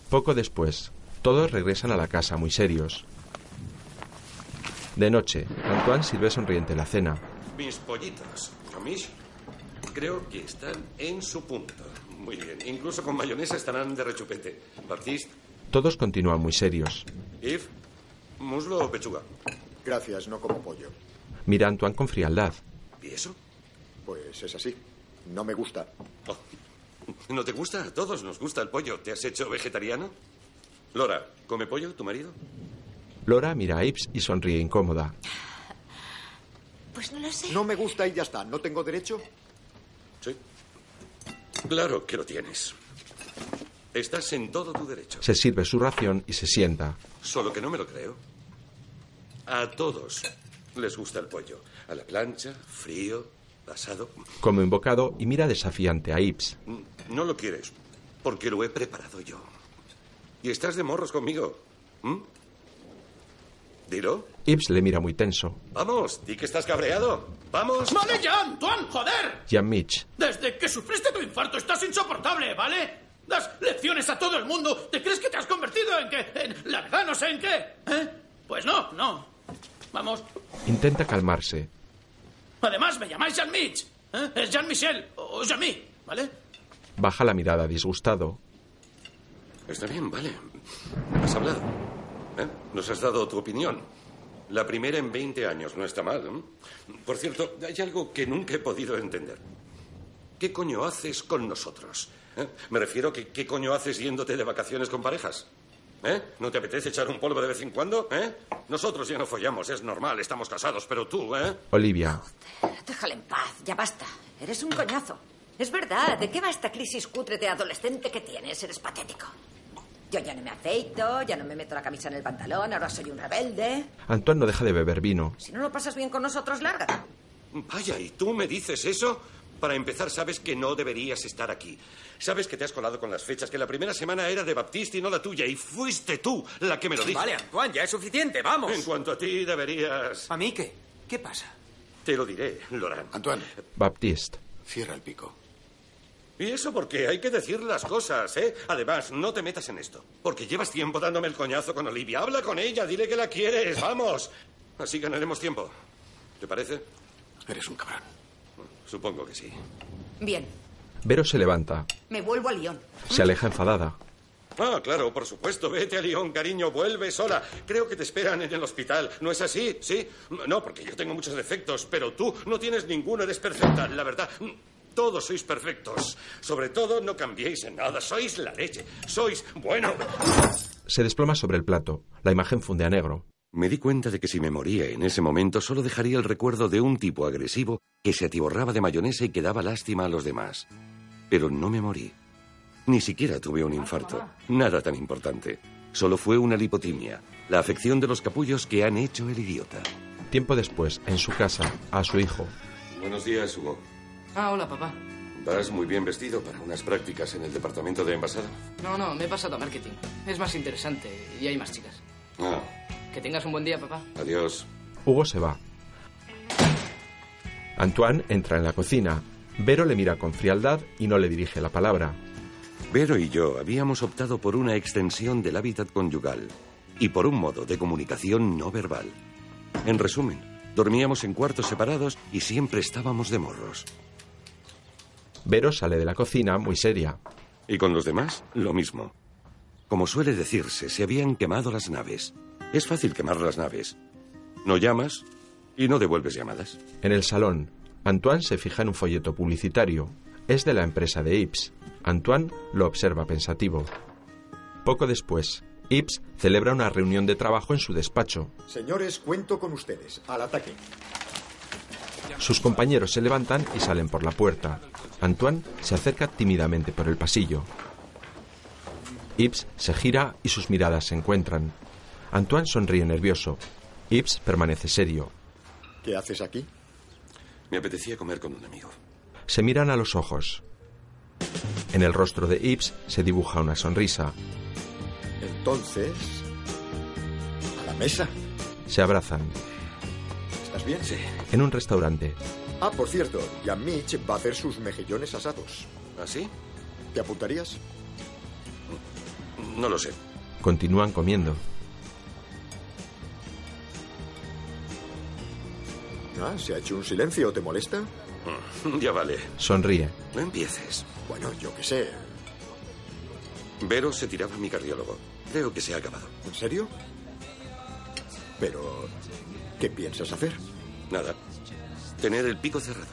Poco después, todos regresan a la casa muy serios. De noche, Antoine sirve sonriente la cena. Mis pollitos, Amish, creo que están en su punto. Muy bien, incluso con mayonesa estarán de rechupete. Baptiste, Todos continúan muy serios. Yves, muslo o pechuga. Gracias, no como pollo. Mira a Antoine con frialdad. ¿Y eso? Pues es así. No me gusta. ¿No te gusta? A todos nos gusta el pollo. ¿Te has hecho vegetariano? Lora, ¿come pollo tu marido? Lora mira a Ips y sonríe incómoda. Pues no lo sé. No me gusta y ya está. ¿No tengo derecho? Sí. Claro que lo tienes. Estás en todo tu derecho. Se sirve su ración y se sienta. Solo que no me lo creo. A todos les gusta el pollo. A la plancha, frío, asado. Come un bocado y mira desafiante a Ips. Mm, No lo quieres, porque lo he preparado yo. Y estás de morros conmigo. ¿Mm? Dilo. Ips le mira muy tenso. Vamos, di que estás cabreado. Vamos. ¡Vale ya, Antoine! ¡Joder! Jean-Mich. Desde que sufriste tu infarto estás insoportable, ¿vale? Das lecciones a todo el mundo. ¿Te crees que te has convertido en qué? En la verdad no sé en qué. ¿Eh? Pues no, no. Vamos. Intenta calmarse. Además, me llamáis Jean-Mich. ¿eh? Es Jean-Michel o Jean-Mi, ¿vale? Baja la mirada disgustado. Está bien, vale. Has hablado. ¿eh? Nos has dado tu opinión. La primera en 20 años, no está mal. ¿eh? Por cierto, hay algo que nunca he podido entender. ¿Qué coño haces con nosotros? ¿Eh? Me refiero que qué coño haces yéndote de vacaciones con parejas. ¿Eh? ¿No te apetece echar un polvo de vez en cuando? ¿Eh? Nosotros ya no follamos, es normal, estamos casados, pero tú, ¿eh? Olivia. Déjale en paz, ya basta. Eres un coñazo. Es verdad, ¿de qué va esta crisis cutre de adolescente que tienes? Eres patético. Yo ya no me afeito, ya no me meto la camisa en el pantalón, ahora soy un rebelde. Antoine no deja de beber vino. Si no lo pasas bien con nosotros, lárgate. Vaya, ¿y tú me dices eso? Para empezar, sabes que no deberías estar aquí. Sabes que te has colado con las fechas, que la primera semana era de Baptiste y no la tuya, y fuiste tú la que me lo dijo. Vale, Antoine, ya es suficiente, vamos. En cuanto a ti, deberías... ¿A mí qué? ¿Qué pasa? Te lo diré, Loran. Antoine, Baptiste. cierra el pico. Y eso porque hay que decir las cosas, ¿eh? Además, no te metas en esto. Porque llevas tiempo dándome el coñazo con Olivia. Habla con ella, dile que la quieres, vamos. Así ganaremos tiempo. ¿Te parece? Eres un cabrón. Supongo que sí. Bien, Vero se levanta. me vuelvo a Lyon. Se aleja enfadada. Ah, claro, por supuesto. Vete a Lyon, cariño, vuelve sola. Creo que te esperan en el hospital. ¿No es así? ¿Sí? No, porque yo tengo muchos defectos, pero tú no tienes ninguno, eres perfecta, la verdad. Todos sois perfectos. Sobre todo, no cambiéis en nada. Sois la leche. Sois, bueno, Se desploma sobre el plato. La imagen funde a negro. Me di cuenta de que si me moría en ese momento solo dejaría el recuerdo de un tipo agresivo que se atiborraba de mayonesa y que daba lástima a los demás. Pero no me morí. Ni siquiera tuve un infarto. Nada tan importante. Solo fue una lipotimia, la afección de los capullos que han hecho el idiota. Tiempo después, en su casa, a su hijo. Buenos días, Hugo. Ah, hola, papá. ¿Vas muy bien vestido para unas prácticas en el departamento de envasado? No, no, me he pasado a marketing. Es más interesante y hay más chicas. Ah, Que tengas un buen día, papá. adiós. Hugo se va. Antoine entra en la cocina. Vero le mira con frialdad y no le dirige la palabra. Vero y yo habíamos optado por una extensión del hábitat conyugal y por un modo de comunicación no verbal. En resumen, dormíamos en cuartos separados y siempre estábamos de morros. Vero sale de la cocina muy seria. Y con los demás, lo mismo. Como suele decirse, se habían quemado las naves. Es fácil quemar las naves. No llamas y no devuelves llamadas. En el salón, Antoine se fija en un folleto publicitario. Es de la empresa de Ips. Antoine lo observa pensativo. Poco después, Ips celebra una reunión de trabajo en su despacho. Señores, cuento con ustedes. Al ataque. Sus compañeros se levantan y salen por la puerta. Antoine se acerca tímidamente por el pasillo. Ibs se gira y sus miradas se encuentran. Antoine sonríe nervioso. Ibs permanece serio. ¿Qué haces aquí? Me apetecía comer con un amigo. Se miran a los ojos. En el rostro de Ibs se dibuja una sonrisa. Entonces. A la mesa. Se abrazan. ¿Estás bien? Sí. En un restaurante. Ah, por cierto, Yamich va a hacer sus mejillones asados. ¿Ah, sí? ¿Te apuntarías? No lo sé. Continúan comiendo. Ah, se ha hecho un silencio. ¿Te molesta? Ya vale. Sonríe. No empieces. Bueno, yo qué sé. Vero se tiraba a mi cardiólogo. Creo que se ha acabado. ¿En serio? Pero, ¿qué piensas hacer? Nada. Tener el pico cerrado.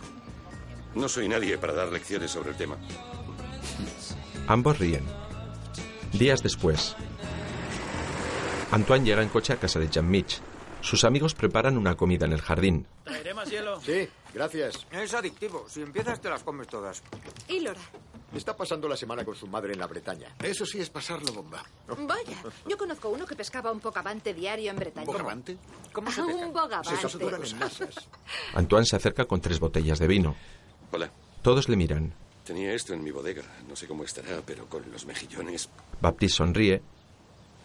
No soy nadie para dar lecciones sobre el tema. Ambos ríen. Días después. Antoine llega en coche a casa de Jean-Mich. Sus amigos preparan una comida en el jardín. ¿Traeré más hielo? Sí, gracias. Es adictivo. Si empiezas, te las comes todas. ¿Y Lora? Está pasando la semana con su madre en la Bretaña. Eso sí es pasarlo bomba. Vaya, yo conozco uno que pescaba un bocavante diario en Bretaña. ¿Bogavante? ¿Cómo se Un bogavante. Se saturan en masas. Antoine se acerca con tres botellas de vino. Hola. Todos le miran. Tenía esto en mi bodega. No sé cómo estará, pero con los mejillones. Baptiste sonríe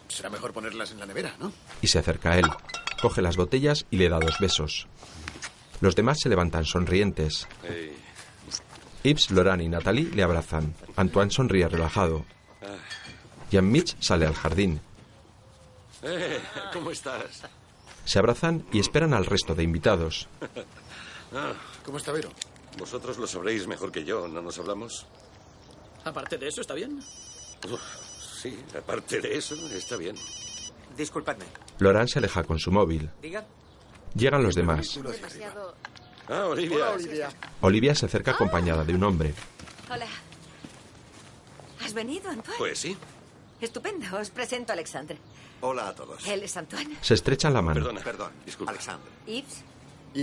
Será mejor ponerlas en la nevera, ¿no? y se acerca a él. Coge las botellas y le da dos besos. Los demás se levantan sonrientes. Ey. Yves, Loran y Natalie le abrazan. Antoine sonríe relajado. Ah. Jean-Mich sale al jardín. Eh, ¿Cómo estás? Se abrazan y esperan al resto de invitados. Ah, ¿Cómo está Vero? vosotros lo sabréis mejor que yo, ¿no nos hablamos? Aparte de eso, ¿está bien? sí, aparte de eso, está bien. Disculpadme. Laurent se aleja con su móvil. Diga. Llegan los demás. Demasiado. Ah, Olivia. Olivia se acerca acompañada de un hombre. Hola. ¿Has venido, Antoine? Pues sí. Estupendo. Os presento a Alexandre. Hola a todos. Él es Antoine. Se estrechan la mano. Perdona, perdón. Disculpa. Alexandre. Yves.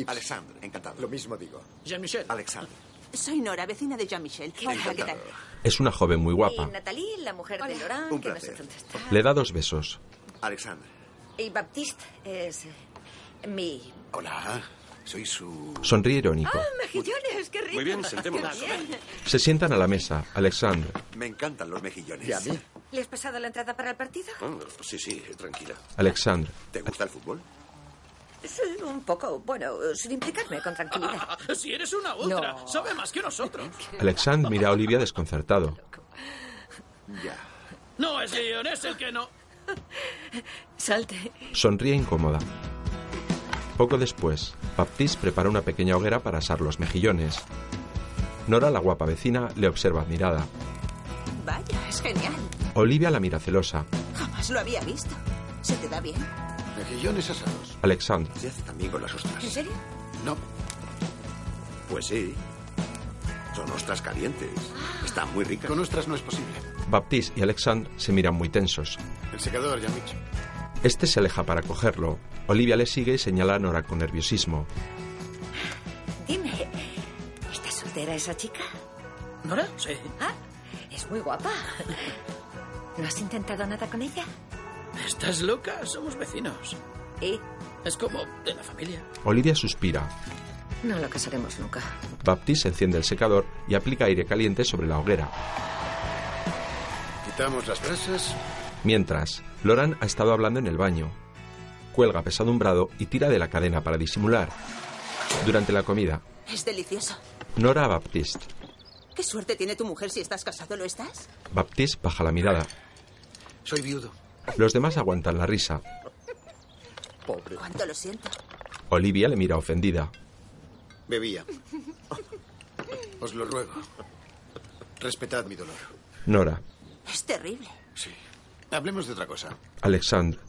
Alexandre, encantado. Lo mismo digo. Jean-Michel. Alexandre. Soy Nora, vecina de Jean-Michel. Hola, ¿qué tal? Es una joven muy Y guapa. Nathalie, la mujer de Laurent, Un que nos placer. contesta. Le da dos besos. Alexandre. Y Baptiste es eh, mi... Hola. Soy su... Sonríe irónico. ¡Ah, mejillones! ¡Qué rico! Muy bien, sentémonos. Qué bien. Se sientan a la mesa. Alexandre. Oh, Me encantan los mejillones. ¿Y a mí? ¿Le has pasado la entrada para el partido? Ah, sí, sí, tranquila. Alexandre. ¿Te gusta el fútbol? Sí, eh, un poco. Bueno, sin implicarme, con tranquilidad. Si eres una otra, sabe más que nosotros. Alexandre mira a Olivia desconcertado. No es Leon, es el que no. Salte. Sonríe incómoda. Poco después, Baptiste prepara una pequeña hoguera para asar los mejillones. Nora, la guapa vecina, le observa admirada. Vaya, es genial. Olivia la mira celosa. Jamás lo había visto. ¿Se te da bien? Mejillones asados. Alexandre. Se hace también con las ostras. ¿En serio? No. Pues sí. Son ostras calientes. Están muy ricas. Con ostras no es posible. Baptiste y Alexandre se miran muy tensos. El secador, ya me he dicho. Este se aleja para cogerlo. Olivia le sigue y señala a Nora con nerviosismo. Dime, ¿está soltera esa chica? ¿Nora? Sí. Ah, es muy guapa. ¿No has intentado nada con ella? ¿Estás loca? Somos vecinos. ¿Y? Es como de la familia. Olivia suspira. No lo casaremos nunca. Baptiste enciende el secador y aplica aire caliente sobre la hoguera. Quitamos las brasas. Mientras, Loran ha estado hablando en el baño. Cuelga pesadumbrado y tira de la cadena para disimular. Durante la comida, Es delicioso. Nora a Baptiste. ¿Qué suerte tiene tu mujer si estás casado? ¿Lo estás? Baptiste baja la mirada. Soy viudo. Los demás aguantan la risa. Pobre. Cuánto lo siento. Olivia le mira ofendida. Bebía. Os lo ruego. Respetad mi dolor. Nora, Es terrible. Sí. Hablemos de otra cosa. Alexandre,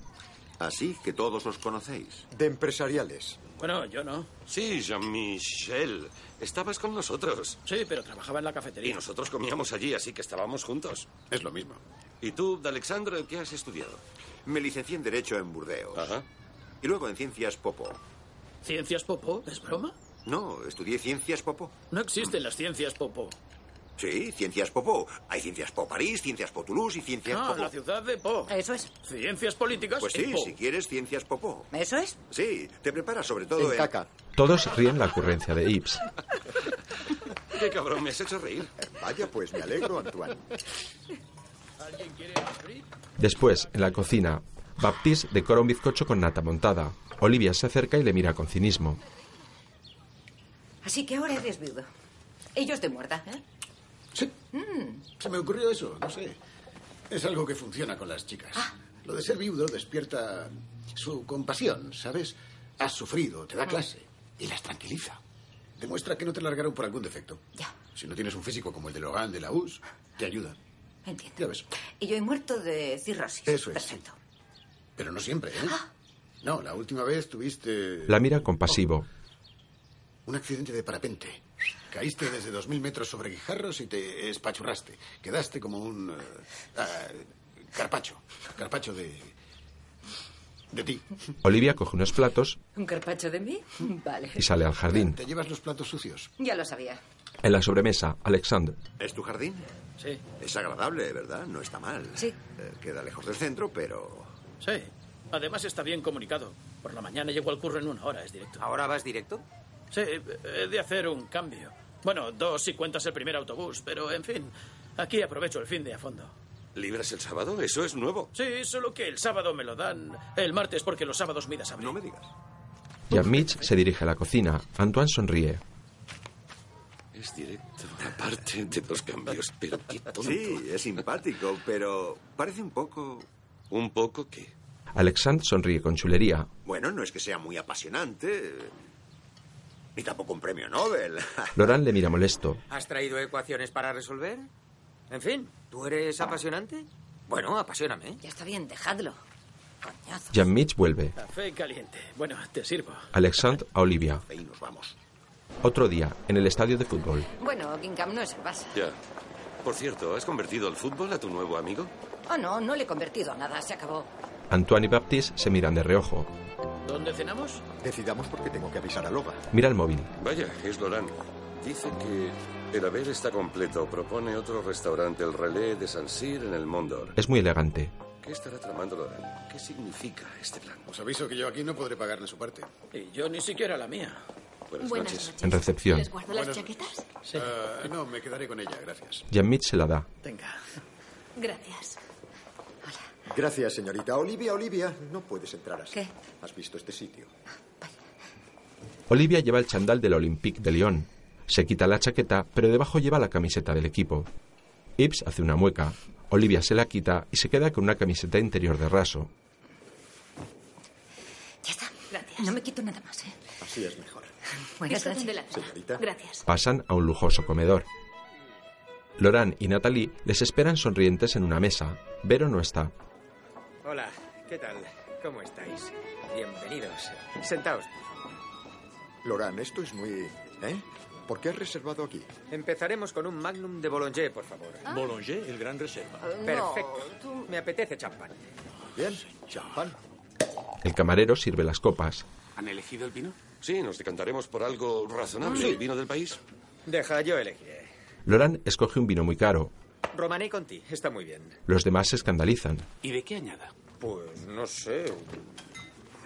Así que todos os conocéis. De empresariales. Bueno, yo no. Sí, Jean-Michel. Estabas con nosotros. Sí, pero trabajaba en la cafetería. Y nosotros comíamos allí, así que estábamos juntos. Es lo mismo. ¿Y tú, Alexandre, qué has estudiado? Me licencié en Derecho en Burdeos. Y luego en Ciencias Popo. ¿Ciencias Popó? ¿Es broma? No, estudié Ciencias Popo. No existen las ciencias Popó. Sí, Ciencias Popo. Hay Ciencias Po París, Ciencias Po Toulouse y Ciencias Ah, Popo. la ciudad de Po. Eso es. Ciencias políticas Pues en sí, Po. si quieres Ciencias Popo. ¿Eso es? Sí, te preparas sobre todo en... caca. todos ríen la ocurrencia de Ibs. Qué cabrón, me has hecho reír. Vaya, pues me alegro, Antoine. Después, en la cocina, Baptiste decora un bizcocho con nata montada. Olivia se acerca y le mira con cinismo. Así que ahora eres viudo. Y yo estoy muerta, ¿eh? Se me ocurrió eso, no sé. Es algo que funciona con las chicas. Ah. Lo de ser viudo despierta su compasión, ¿sabes? Has sufrido, Ah. te da clase y las tranquiliza. Demuestra que no te largaron por algún defecto. Ya. Si no tienes un físico como el de Logan de la US, te ayuda. Entiendo. Ya ves. Y yo he muerto de cirrosis. Eso es. Pero no siempre, ¿eh? No, la última vez tuviste La mira compasivo. un accidente de parapente. Caíste desde 2.000 metros sobre guijarros y te espachurraste. Quedaste como un... eh, ah, carpacho. Carpacho de... De ti. Olivia coge unos platos ¿Un carpacho de mí? Vale. y sale al jardín. Te llevas los platos sucios. Ya lo sabía. En la sobremesa, Alexandre. ¿Es tu jardín? Sí. Es agradable, ¿verdad? No está mal. Sí. queda lejos del centro, pero... Sí. Además está bien comunicado. Por la mañana llego al curro en una hora, es directo. ¿Ahora vas directo? Sí, he de hacer un cambio. Bueno, dos si cuentas el primer autobús, pero en fin, aquí aprovecho el fin de a fondo. ¿Libras el sábado? Eso es nuevo. Sí, solo que el sábado me lo dan, el martes porque los sábados midas abren. No me digas. Jean-Mich se dirige a la cocina. Antoine sonríe. Es directo, aparte de los cambios, pero qué tonto. Sí, es simpático, pero parece un poco... ¿Un poco qué? Alexandre sonríe con chulería. Bueno, no es que sea muy apasionante. Ni tampoco un premio Nobel. Laurent le mira molesto. ¿Has traído ecuaciones para resolver? En fin, ¿tú eres apasionante? Bueno, apasioname. Ya está bien, dejadlo. Jan Mitch vuelve. Café caliente. Eh, Bueno, te sirvo. Alexandre a Olivia. Y nos vamos. Otro día, en el estadio de fútbol. Bueno, Gingham no es el Barça. Ya. Por cierto, ¿has convertido el fútbol a tu nuevo amigo? Ah, no, no le he convertido a nada, se acabó. Antoine y Baptiste se miran de reojo. ¿Dónde cenamos? Decidamos porque tengo que avisar a Loba. Mira el móvil. Vaya, es Dolan. Dice que el haber está completo. Propone otro restaurante, el Relais de Saint-Cyr en el Mondor. Es muy elegante. ¿Qué estará tramando Dolan? ¿Qué significa este plan? Os aviso que yo aquí no podré pagarle su parte. Y yo ni siquiera la mía. Buenas, Buenas noches. En recepción. guardo las chaquetas? Ah, no, me quedaré con ella, gracias. Jan Mitch se la da. Gracias. Gracias, señorita. Olivia, Olivia, no puedes entrar así. ¿Qué? ¿Has visto este sitio? Olivia lleva el chandal del Olympique de Lyon. Se quita la chaqueta, pero debajo lleva la camiseta del equipo. Ibs hace una mueca. Olivia se la quita y se queda con una camiseta interior de raso. Gracias. No me quito nada más, ¿eh? Así es mejor. Buenas Disfruten de noches. la cena. Señorita. Gracias. Pasan a un lujoso comedor. Loran y Natalie les esperan sonrientes en una mesa. Vero no está. Hola, ¿qué tal? ¿Cómo estáis? Bienvenidos. Sentaos. Loran, esto es muy... ¿Eh? ¿Por qué has reservado aquí? Empezaremos con un Magnum de Bollinger, por favor. Ah. Bollinger, el gran reserva. Ah, no, Perfecto. Me apetece champán. Bien, champán. El camarero sirve las copas. ¿Han elegido el vino? Sí, nos decantaremos por algo razonable. Sí. ¿El vino del país? Deja, yo elegiré. Loran escoge un vino muy caro. Romané Conti, está muy bien. Los demás se escandalizan. ¿Y de qué añada? Pues no sé.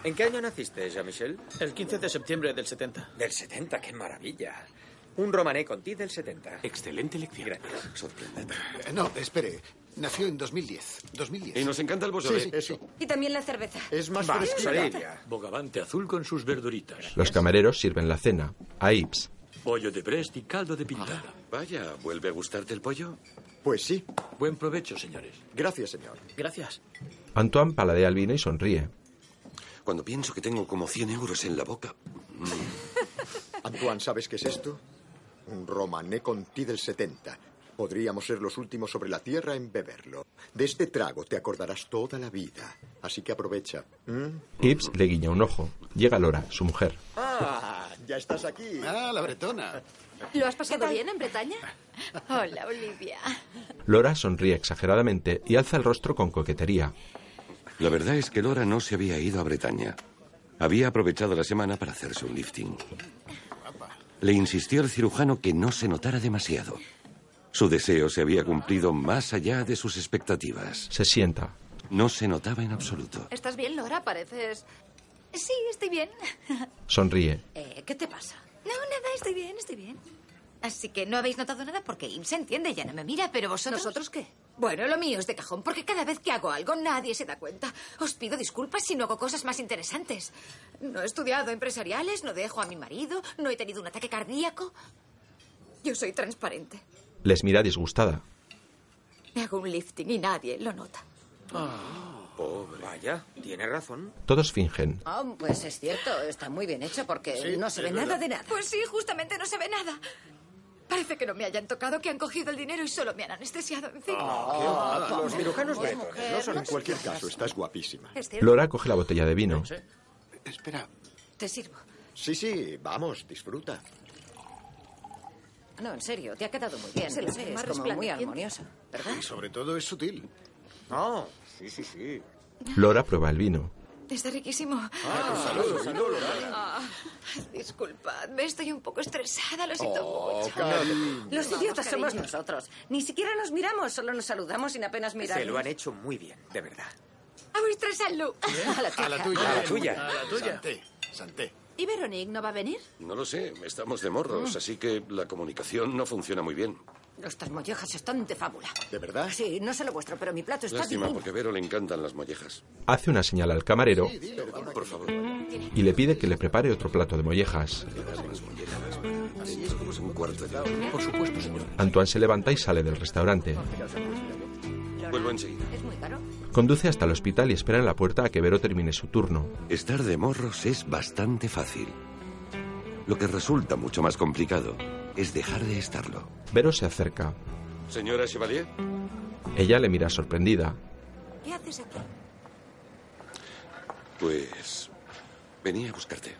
¿En qué año naciste, Jean-Michel? El 15 de septiembre del 70. Del 70, qué maravilla. Un romané Conti del 70. Excelente lección. Gracias. Sorprendente. Eh, No, espere. Nació en 2010. 2010. Y nos encanta el Sí, Beaujolais. sí, eso. Y también la cerveza. Es más Va, fresquita. Olivia. Bogavante azul con sus verduritas. Los camareros sirven la cena. A Ibs. Pollo de Brest y caldo de pintada. Ah, Vaya, ¿vuelve a gustarte el pollo? Pues sí. Buen provecho, señores. Gracias, señor. Gracias. Antoine paladea el vino y sonríe. Cuando pienso que tengo como 100 euros en la boca. Antoine, ¿sabes qué es esto? Un romané Conti del 70. Podríamos ser los últimos sobre la tierra en beberlo. De este trago te acordarás toda la vida. Así que aprovecha. ¿Mm? Ibs le guiña un ojo. Llega Lora, su mujer. Ah, ya estás aquí. Ah, la bretona. ¿Lo has pasado bien en Bretaña? Hola, Olivia. Lora sonríe exageradamente y alza el rostro con coquetería. La verdad es que Lora no se había ido a Bretaña. Había aprovechado la semana para hacerse un lifting. Le insistió el cirujano que no se notara demasiado. Su deseo se había cumplido más allá de sus expectativas. Se sienta. No se notaba en absoluto. ¿Estás bien, Laura? Pareces... Sí, estoy bien. Sonríe. Eh, ¿Qué te pasa? No, nada, estoy bien, estoy bien. Así que no habéis notado nada porque Im se entiende, ya no me mira, pero vosotros... ¿Nosotros qué? Bueno, lo mío es de cajón, porque cada vez que hago algo nadie se da cuenta. Os pido disculpas si no hago cosas más interesantes. No he estudiado empresariales, no dejo a mi marido, no he tenido un ataque cardíaco. Yo soy transparente. Les mira disgustada. Me hago un lifting y nadie lo nota. Ah. Pobre. Vaya, tiene razón. Todos fingen. Ah, pues es cierto, está muy bien hecho porque Sí, no se es ve verdad. nada de nada. Pues sí, justamente no se ve nada. Parece que no me hayan tocado, que han cogido el dinero y solo me han anestesiado. En fin. Ah, Ah, los vamos, cirujanos mujer, bretones no no son- En nos cualquier caso, estás guapísima. Es cierto. Lora coge la botella de vino. Espera. Te sirvo. Sí, sí, vamos, disfruta. No, en serio, te ha quedado muy bien. Se no lo sé, ve es más como muy resplandeciente. armonioso. Y sobre todo es sutil. No, sí, sí, sí. Lora prueba el vino. Está riquísimo. Ah, salud, salud, Ah, disculpadme, estoy un poco estresada, lo siento mucho. Los idiotas Vamos, somos cariño. nosotros. Ni siquiera nos miramos, solo nos saludamos sin apenas mirarnos. Se lo han hecho muy bien, de verdad. A vuestra salud. A la tuya. A la tuya. A la tuya. A la tuya. Santé, santé. ¿Y Veronique no va a venir? No lo sé, estamos de Ah. morros, así que la comunicación no funciona muy bien. Nuestras mollejas están de fábula. ¿De verdad? Sí, no sé lo vuestro, pero mi plato está Lástima, divino. porque a Vero le encantan las mollejas. Hace una señal al camarero Por favor. y le pide que le prepare otro plato de mollejas. Así es como es un cuarto de hora. Por supuesto, señor. Antoine se levanta y sale del restaurante. Vuelvo enseguida. Es muy caro. Conduce hasta el hospital y espera en la puerta a que Vero termine su turno. Estar de morros es bastante fácil. Lo que resulta mucho más complicado es dejar de estarlo. Vero se acerca. Señora Chevalier, Ella le mira sorprendida. ¿Qué haces aquí? pues venía a buscarte.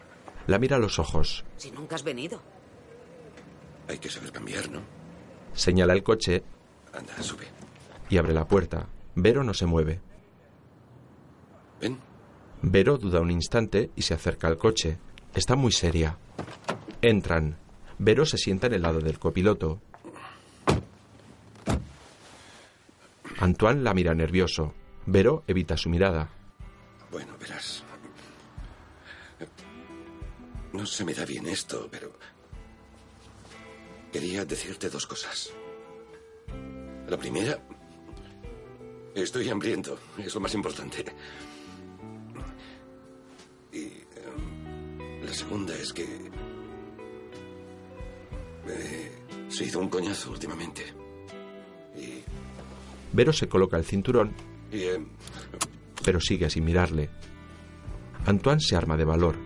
La mira a los ojos. Si nunca has venido. Hay que saber cambiar, ¿no? Señala el coche Anda, sube. y abre la puerta. Vero no se mueve. Ven. Vero duda un instante y se acerca al coche. Está muy seria. Entran. Vero se sienta en el lado del copiloto. Antoine la mira nervioso. Vero evita su mirada. Bueno, verás. No se me da bien esto, pero... Quería decirte dos cosas. La primera... Estoy hambriento, es lo más importante. Y... eh, La segunda es que... eh, He sido un coñazo últimamente. Vero se coloca el cinturón, Y... eh, pero sigue sin mirarle. Antoine se arma de valor.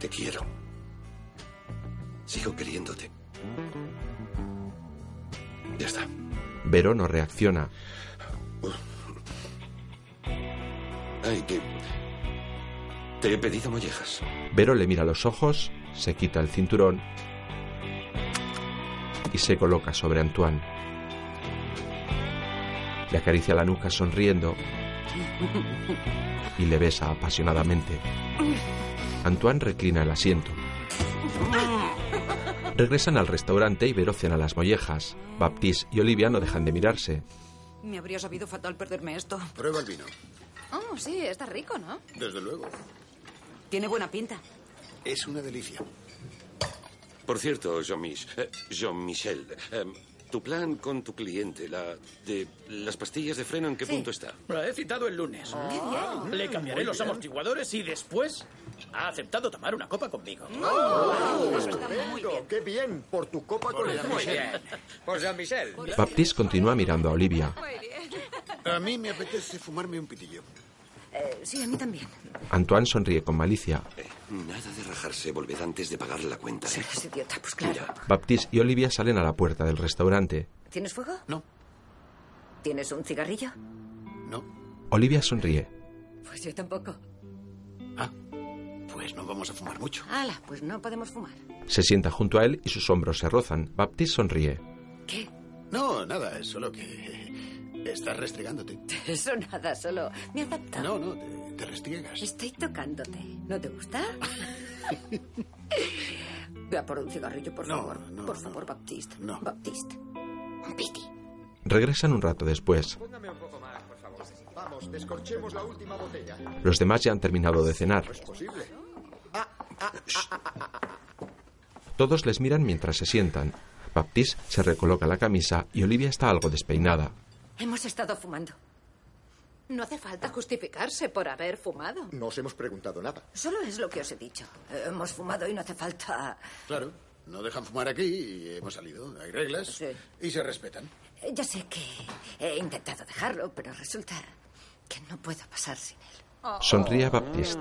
Te quiero. Sigo queriéndote. Ya está. Vero no reacciona. Ay, que... Te he pedido mollejas. Vero le mira a los ojos, se quita el cinturón y se coloca sobre Antoine. Le acaricia la nuca sonriendo y le besa apasionadamente. Antoine reclina el asiento. Regresan al restaurante y Vero cena las mollejas. Baptiste y Olivia no dejan de mirarse. Me habría sabido fatal perderme esto. Prueba el vino. Oh, sí, está rico, ¿no? Desde luego. Tiene buena pinta. Es una delicia. Por cierto, Jean-Mich, eh, Jean-Michel, eh, tu plan con tu cliente, la de las pastillas de freno, ¿en qué punto está? La he citado el lunes. Le cambiaré Muy los bien. amortiguadores y después ha aceptado tomar una copa conmigo. Pero, ¡Qué bien! Por tu copa con el Muy bien. Por Jean-Michel. Baptiste continúa mirando a Olivia. A mí me apetece fumarme un pitillo. Eh, sí, a mí también. Antoine sonríe con malicia. Nada de rajarse, volved antes de pagar la cuenta. ¿eh? Serás idiota, pues claro. Baptiste y Olivia salen a la puerta del restaurante. ¿Tienes fuego? No. ¿Tienes un cigarrillo? Olivia sonríe. Pues yo tampoco. Pues no vamos a fumar mucho. Hala, pues no podemos fumar. Se sienta junto a él y sus hombros se rozan. Baptiste sonríe. No, nada, es solo que estás restregándote. Eso nada, solo me adapta. No, no, te, te restriegas. Estoy tocándote. ¿No te gusta? Vea por un cigarrillo, por favor. por favor, Baptiste. Baptiste. Un piti. Regresan un rato después. Póngame un poco más, por favor. Vamos, descorchemos la última botella. Los demás ya han terminado de cenar. No es posible. Todos les miran mientras se sientan. Baptiste se recoloca la camisa y Olivia está algo despeinada. Hemos estado fumando. No hace falta justificarse por haber fumado. No os hemos preguntado nada. Solo es lo que os he dicho. Hemos fumado y no hace falta. Claro, no dejan fumar aquí y hemos salido. Hay reglas y se respetan. Eh, Ya sé que he intentado dejarlo, pero resulta que no puedo pasar sin él. Sonríe a Baptiste.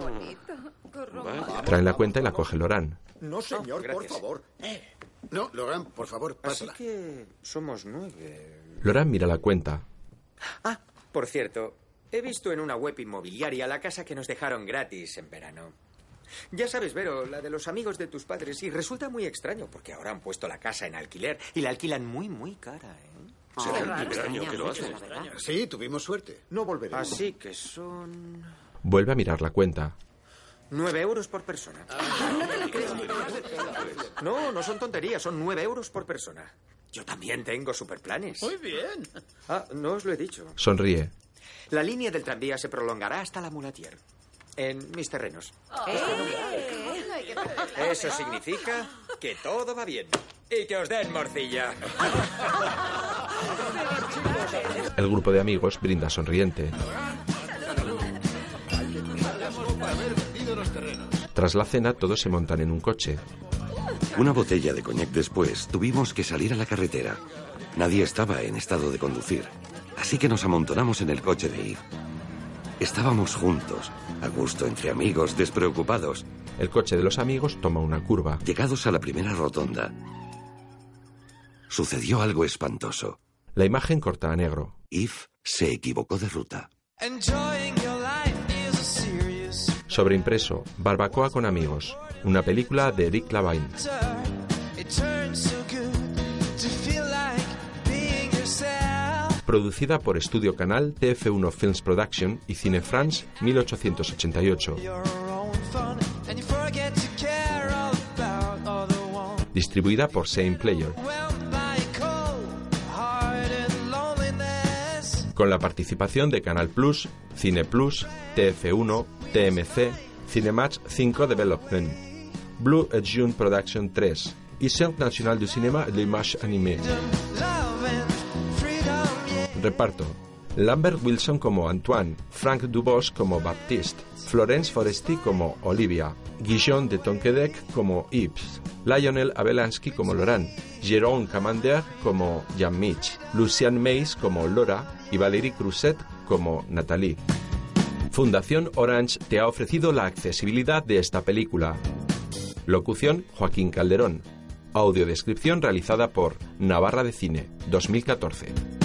Traen la cuenta y la coge Loran. No, señor, por favor. Ah, Eh, No, Logan, por favor, pásala. Así que Eh, somos nueve. Loran mira la cuenta. Por cierto, he visto en una web inmobiliaria la casa que nos dejaron gratis en verano. Ya sabes, Vero, la de los amigos de tus padres, y resulta muy extraño porque ahora han puesto la casa en alquiler y la alquilan muy, muy cara, ¿eh? Ah, Será el claro, primer extraña año que lo mucho, hacen. la verdad. Sí, tuvimos suerte. No volveremos. Así que son Vuelve a mirar la cuenta. nueve euros por persona. Ah, no te lo creo. No, no son tonterías, son nueve euros por persona. Yo también tengo superplanes. Muy bien. Ah, no os lo he dicho. Sonríe. La línea del tranvía se prolongará hasta la Mulatier, en mis terrenos. Eso significa que todo va bien. Y que os den morcilla. El grupo de amigos brinda sonriente. Tras la cena todos se montan en un coche. Una botella de coñac después, tuvimos que salir a la carretera. Nadie estaba en estado de conducir, así que nos amontonamos en el coche de Id. Estábamos juntos, a gusto entre amigos, despreocupados. El coche de los amigos toma una curva. Llegados a la primera rotonda, Sucedió algo espantoso. La imagen corta a negro. If se equivocó de ruta. Sobreimpreso, Barbacoa con amigos. Una película de Eric Lavain. Producida por Estudio Canal, TF1 Films Production y Cine France 1888. Distribuida por Same Player. Con la participación de Canal Plus, Cine Plus, TF1, TMC, Cinematch 5 Development, Blue June Production 3 y Centre National du Cinéma et de l'Image Animée. Reparto. Lambert Wilson como Antoine, Frank Dubos como Baptiste, Florence Foresti como Olivia, Guillaume de Tonquedec como Yves, Lionel Abelansky como Laurent, Jérôme Camander como Jean-Mich, Lucian Mays como Laura y Valérie Cruzet como Nathalie. Fundación Orange te ha ofrecido la accesibilidad de esta película. Locución Joaquín Calderón. Audiodescripción realizada por Navarra de Cine, 2014.